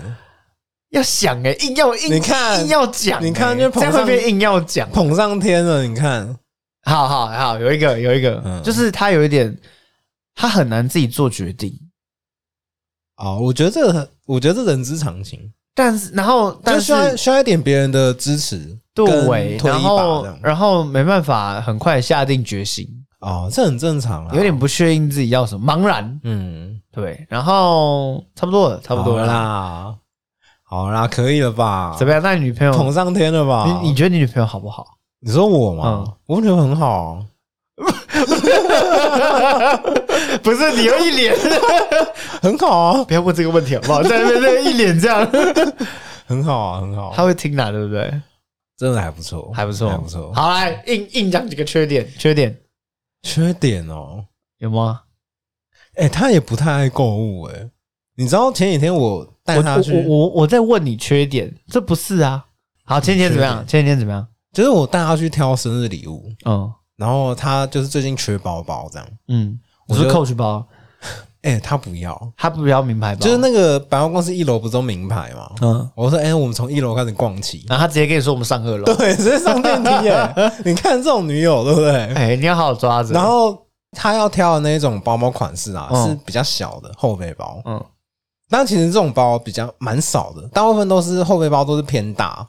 [SPEAKER 1] 要想哎、硬要硬，
[SPEAKER 2] 你看
[SPEAKER 1] 硬要讲欸、
[SPEAKER 2] 你看就捧
[SPEAKER 1] 这样会
[SPEAKER 2] 上
[SPEAKER 1] 变硬要讲。
[SPEAKER 2] 捧上天了，你看，
[SPEAKER 1] 好好好，有一个有一个，
[SPEAKER 2] 嗯
[SPEAKER 1] 就是他有一点，他很难自己做决定，
[SPEAKER 2] 哦，我觉得这个，我觉得这人之常情，
[SPEAKER 1] 但是然后
[SPEAKER 2] 就
[SPEAKER 1] 但
[SPEAKER 2] 需要
[SPEAKER 1] 是
[SPEAKER 2] 需要一点别人的支持，
[SPEAKER 1] 对
[SPEAKER 2] 跟，推
[SPEAKER 1] 然
[SPEAKER 2] 一把
[SPEAKER 1] 后
[SPEAKER 2] 这样。
[SPEAKER 1] 然后没办法，很快下定决心，
[SPEAKER 2] 哦，这很正常啊，
[SPEAKER 1] 有点不确定自己要什么，茫然。
[SPEAKER 2] 嗯，
[SPEAKER 1] 对，然后差不多了，差不多
[SPEAKER 2] 好
[SPEAKER 1] 了。
[SPEAKER 2] 啦，好啦，可以了吧？
[SPEAKER 1] 怎么样？那你女朋
[SPEAKER 2] 捧
[SPEAKER 1] 友，
[SPEAKER 2] 上天了吧？
[SPEAKER 1] 你你觉得你女朋友好
[SPEAKER 2] <laughs>
[SPEAKER 1] 不好？
[SPEAKER 2] 嗯你说我
[SPEAKER 1] 嗯
[SPEAKER 2] 吗？我女朋友很好啊，
[SPEAKER 1] 不是，你又一脸，
[SPEAKER 2] 很好啊，
[SPEAKER 1] <laughs> 不要问这个问题好不好？在那边在那边一脸这
[SPEAKER 2] <laughs>
[SPEAKER 1] 样，
[SPEAKER 2] 很好啊，很好啊，
[SPEAKER 1] 他会听的，对不对？
[SPEAKER 2] 真的还不错，
[SPEAKER 1] 还不错，
[SPEAKER 2] 还不错。
[SPEAKER 1] 好，来硬硬讲几个缺点，缺点
[SPEAKER 2] 缺点哦，
[SPEAKER 1] 有吗？
[SPEAKER 2] 哎、他也不太爱购物、哎，你知道前几天我带
[SPEAKER 1] 我
[SPEAKER 2] 他去，
[SPEAKER 1] 我我我在问你缺点，这不是啊。好，前几天怎么样？前几天怎么样？
[SPEAKER 2] 就是我带他去挑生日礼物，
[SPEAKER 1] 嗯
[SPEAKER 2] 然后他就是最近缺包包这样，
[SPEAKER 1] 嗯，我
[SPEAKER 2] 我
[SPEAKER 1] 说
[SPEAKER 2] 就
[SPEAKER 1] Coach 包，
[SPEAKER 2] 哎、他不要，
[SPEAKER 1] 他不要名牌包，
[SPEAKER 2] 就是那个百货公司一楼不是都名牌吗？
[SPEAKER 1] 嗯，
[SPEAKER 2] 我说，哎、我们从一楼开始逛起，
[SPEAKER 1] 然后他直接跟你说我们上二楼，
[SPEAKER 2] 对，直接上电梯、
[SPEAKER 1] <laughs>
[SPEAKER 2] 哎，你看这种女友对不对？
[SPEAKER 1] 哎，你要好好抓着。
[SPEAKER 2] 然后他要挑的那种包包款式啊，
[SPEAKER 1] 嗯
[SPEAKER 2] 是比较小的后背包，
[SPEAKER 1] 嗯
[SPEAKER 2] 但其实这种包比较蛮少的，大部分都是后背包都是偏大，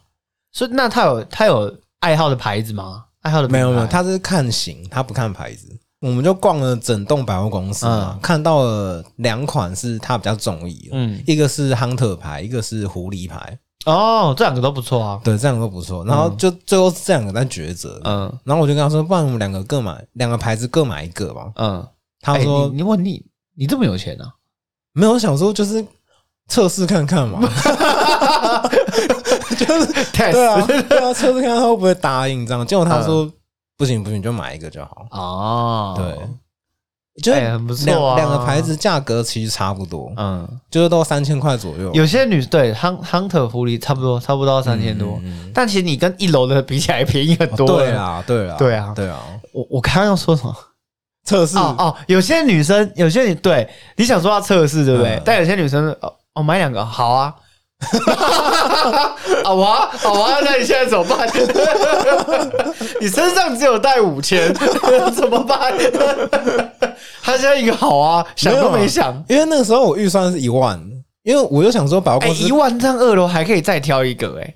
[SPEAKER 1] 所以那他有他有爱好的牌子吗？爱好的
[SPEAKER 2] 没有没有，
[SPEAKER 1] 品牌
[SPEAKER 2] 他是看型，他不看牌子。我们就逛了整栋百货公司嘛，
[SPEAKER 1] 嗯
[SPEAKER 2] 看到了两款是他比较中意的，
[SPEAKER 1] 嗯
[SPEAKER 2] 一个是亨特牌，一个是狐狸牌，
[SPEAKER 1] 哦，这两个都不错啊。
[SPEAKER 2] 对，这两个不错。然后就最后是这两个在抉择，
[SPEAKER 1] 嗯
[SPEAKER 2] 然后我就跟他说，不然我们两个各买两个牌子各买一个吧。
[SPEAKER 1] 嗯，
[SPEAKER 2] 他
[SPEAKER 1] 哎
[SPEAKER 2] 说、
[SPEAKER 1] 你你问你你这么有钱啊？
[SPEAKER 2] 没有，我想说就是测试看看嘛，就是 <laughs> 对啊，对啊，测试看看他会不会答应这样。结果他说、不行不行，就买一个就好。
[SPEAKER 1] <laughs> 嗯哦，
[SPEAKER 2] 对，就是
[SPEAKER 1] 哎很不错
[SPEAKER 2] 两
[SPEAKER 1] 啊
[SPEAKER 2] 两个牌子价格其实差不多，
[SPEAKER 1] 嗯，
[SPEAKER 2] 就是都三千块左右。
[SPEAKER 1] 有些女对亨亨特狐狸差不多，差不多到三千多，但其实你跟一楼的比起来便宜很多。
[SPEAKER 2] 嗯对，啊，对啊，
[SPEAKER 1] 对啊
[SPEAKER 2] 对啊，
[SPEAKER 1] 我我刚刚要说什么？
[SPEAKER 2] 测试
[SPEAKER 1] 哦哦，有些女生，有些女对你想说要测试，对不对？
[SPEAKER 2] 嗯
[SPEAKER 1] 但有些女生，哦，哦买两个好啊， <laughs> 好啊，好啊，那你现在怎么办？ <laughs> 你身上只有带五千， <laughs> 怎么办？ <laughs> 他现在一个好啊，想都没想。
[SPEAKER 2] 因为那个时候我预算是一万，因为我就想说百货
[SPEAKER 1] 哎、
[SPEAKER 2] 公司，
[SPEAKER 1] 一万张二楼还可以再挑一个、哎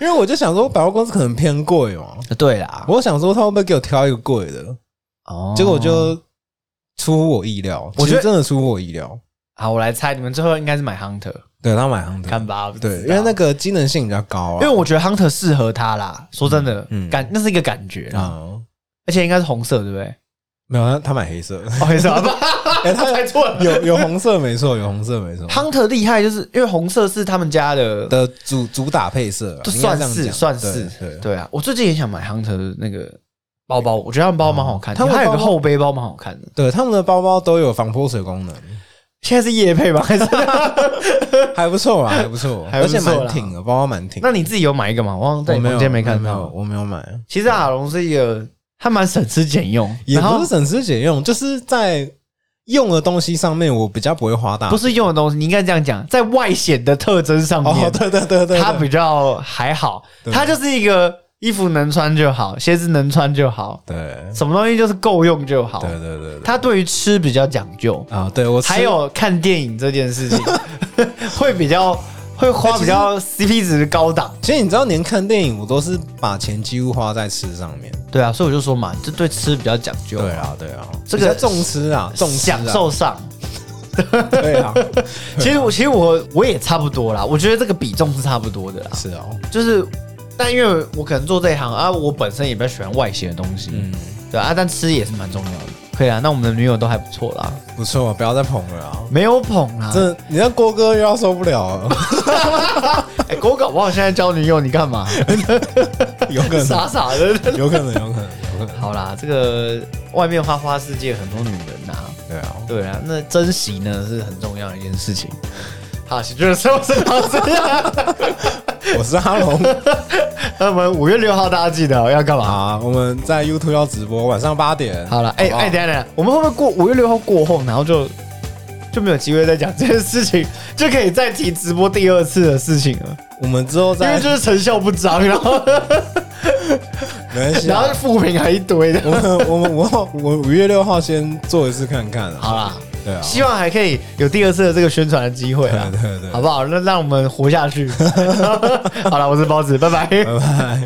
[SPEAKER 2] 因为我就想说百货公司可能偏贵嘛，
[SPEAKER 1] 哎，对啦，
[SPEAKER 2] 我想说他会不会给我挑一个贵的，
[SPEAKER 1] 哦
[SPEAKER 2] 结果就出乎我意料，
[SPEAKER 1] 我
[SPEAKER 2] 我觉
[SPEAKER 1] 觉得
[SPEAKER 2] 得真的出乎我意料。
[SPEAKER 1] 好，我来猜，你们最后应该是买 Hunter，
[SPEAKER 2] 对他买亨特，
[SPEAKER 1] 看吧，不知道
[SPEAKER 2] 对，因为那个机能性比较高啊，
[SPEAKER 1] 因为我觉得 Hunter 适合他啦，说真的，
[SPEAKER 2] 嗯嗯
[SPEAKER 1] 感那是一个感觉啊，
[SPEAKER 2] 啊，
[SPEAKER 1] 而且应该是红色，对
[SPEAKER 2] <laughs>
[SPEAKER 1] 不对？
[SPEAKER 2] 没有他他买黑色，
[SPEAKER 1] 不好意 <laughs> 思啊，
[SPEAKER 2] <laughs> 哎他
[SPEAKER 1] 猜错了。
[SPEAKER 2] 有有红色没错，有红色没错，
[SPEAKER 1] Hunter 厉害，就是因为红色是他们家的，
[SPEAKER 2] 的主主打配色啊，
[SPEAKER 1] 就
[SPEAKER 2] 应该
[SPEAKER 1] 算
[SPEAKER 2] 这样
[SPEAKER 1] 是
[SPEAKER 2] 讲
[SPEAKER 1] 算是
[SPEAKER 2] 对对
[SPEAKER 1] 对啊。我最近也想买 Hunter 的那个包包，我觉得他们包包蛮好看的，
[SPEAKER 2] 他
[SPEAKER 1] 他
[SPEAKER 2] 们
[SPEAKER 1] 还有个
[SPEAKER 2] 包包
[SPEAKER 1] 后背包蛮好看的。
[SPEAKER 2] 对，他们的包包都有防泼水功能，
[SPEAKER 1] 现在是夜配吗？
[SPEAKER 2] <laughs>
[SPEAKER 1] 还是？
[SPEAKER 2] 还不错啊，还不错，
[SPEAKER 1] 还不
[SPEAKER 2] 而
[SPEAKER 1] 错
[SPEAKER 2] 且
[SPEAKER 1] 啦
[SPEAKER 2] 蛮挺的，包包蛮挺的。
[SPEAKER 1] 那你自己有买一个吗？我好像在
[SPEAKER 2] 我
[SPEAKER 1] 你
[SPEAKER 2] 没
[SPEAKER 1] 房
[SPEAKER 2] 有
[SPEAKER 1] 间没看
[SPEAKER 2] 没有，
[SPEAKER 1] 到。
[SPEAKER 2] 我没有买，
[SPEAKER 1] 其实阿龙是一个他蛮省吃俭用，
[SPEAKER 2] 也
[SPEAKER 1] 然
[SPEAKER 2] 不
[SPEAKER 1] 后
[SPEAKER 2] 是啊省吃俭用，就是在用的东西上面，我比较不会花大。
[SPEAKER 1] 不是用的东西，你应该这样讲，在外显的特征上
[SPEAKER 2] 哦，
[SPEAKER 1] 面，
[SPEAKER 2] 对对对对，
[SPEAKER 1] 他
[SPEAKER 2] 对
[SPEAKER 1] 比较还好，
[SPEAKER 2] 对
[SPEAKER 1] 他就是一个衣服能穿就好，鞋子能穿就好，
[SPEAKER 2] 对
[SPEAKER 1] 什么东西就是够用就好。
[SPEAKER 2] 对对对对
[SPEAKER 1] 他对于吃比较讲究，
[SPEAKER 2] 啊，对我吃
[SPEAKER 1] 还有看电影这
[SPEAKER 2] <laughs>
[SPEAKER 1] 件事情会比较会花比
[SPEAKER 2] 哎
[SPEAKER 1] 较 CP 值高档。
[SPEAKER 2] 其实你知道，连看电影我都是把钱几乎花在吃上面。
[SPEAKER 1] 对啊，所以我就说嘛，就对吃比较讲究，
[SPEAKER 2] 对啊，对啊，
[SPEAKER 1] 这个
[SPEAKER 2] 比较重吃啊，重吃啊
[SPEAKER 1] 享。受上。
[SPEAKER 2] 对
[SPEAKER 1] <laughs>
[SPEAKER 2] 啊，
[SPEAKER 1] 其实我其实我我也差不多啦，我觉得这个比重是差不多的啦，
[SPEAKER 2] 是哦，
[SPEAKER 1] 就是。但因为我可能做这一行啊，我本身也比较喜欢外显的东西，
[SPEAKER 2] 嗯，
[SPEAKER 1] 对啊，但吃也是蛮重要的。可以啊，那我们的女友都还不错啦，
[SPEAKER 2] 不错，不要再捧了啊。
[SPEAKER 1] 没有捧啊。
[SPEAKER 2] 这你让郭哥又要受不了了， <laughs>
[SPEAKER 1] 哎、狗搞不好现在交女友，你
[SPEAKER 2] <laughs>
[SPEAKER 1] 干嘛？
[SPEAKER 2] 有可能，
[SPEAKER 1] <laughs> 傻傻的。
[SPEAKER 2] 有可能，有可能，有可能，
[SPEAKER 1] 好啦，这个外面花花世界很多女人呐、
[SPEAKER 2] 对啊，
[SPEAKER 1] 对啊，那珍惜呢是很重要的一件事情。好，喜剧的生活是到这样。
[SPEAKER 2] 我是阿
[SPEAKER 1] <laughs>
[SPEAKER 2] 龙
[SPEAKER 1] 那我们五月六号大家记得哦要干嘛？
[SPEAKER 2] 啊，我们在 YouTube 要直播，晚上八点。
[SPEAKER 1] 好了，哎、
[SPEAKER 2] 不
[SPEAKER 1] 哎、等一下等一下，我们会不会过五月六号过后，然后就就没有机会再讲这件事情，就可以再提直播第二次的事情了？
[SPEAKER 2] 我们之后
[SPEAKER 1] 因
[SPEAKER 2] 再
[SPEAKER 1] 为就是成效不彰，然后。
[SPEAKER 2] 没关系
[SPEAKER 1] 然
[SPEAKER 2] 啊
[SPEAKER 1] 后，负评还一堆的。
[SPEAKER 2] <laughs> 我们我们我我五月六号先做一次看看啊，
[SPEAKER 1] 好啦，
[SPEAKER 2] 对啊，
[SPEAKER 1] 希望还可以有第二次的这个宣传的机会啊
[SPEAKER 2] 对，对对
[SPEAKER 1] <laughs> 好，不好？那让我们活下去。好了，我是包子，拜拜。
[SPEAKER 2] 拜拜。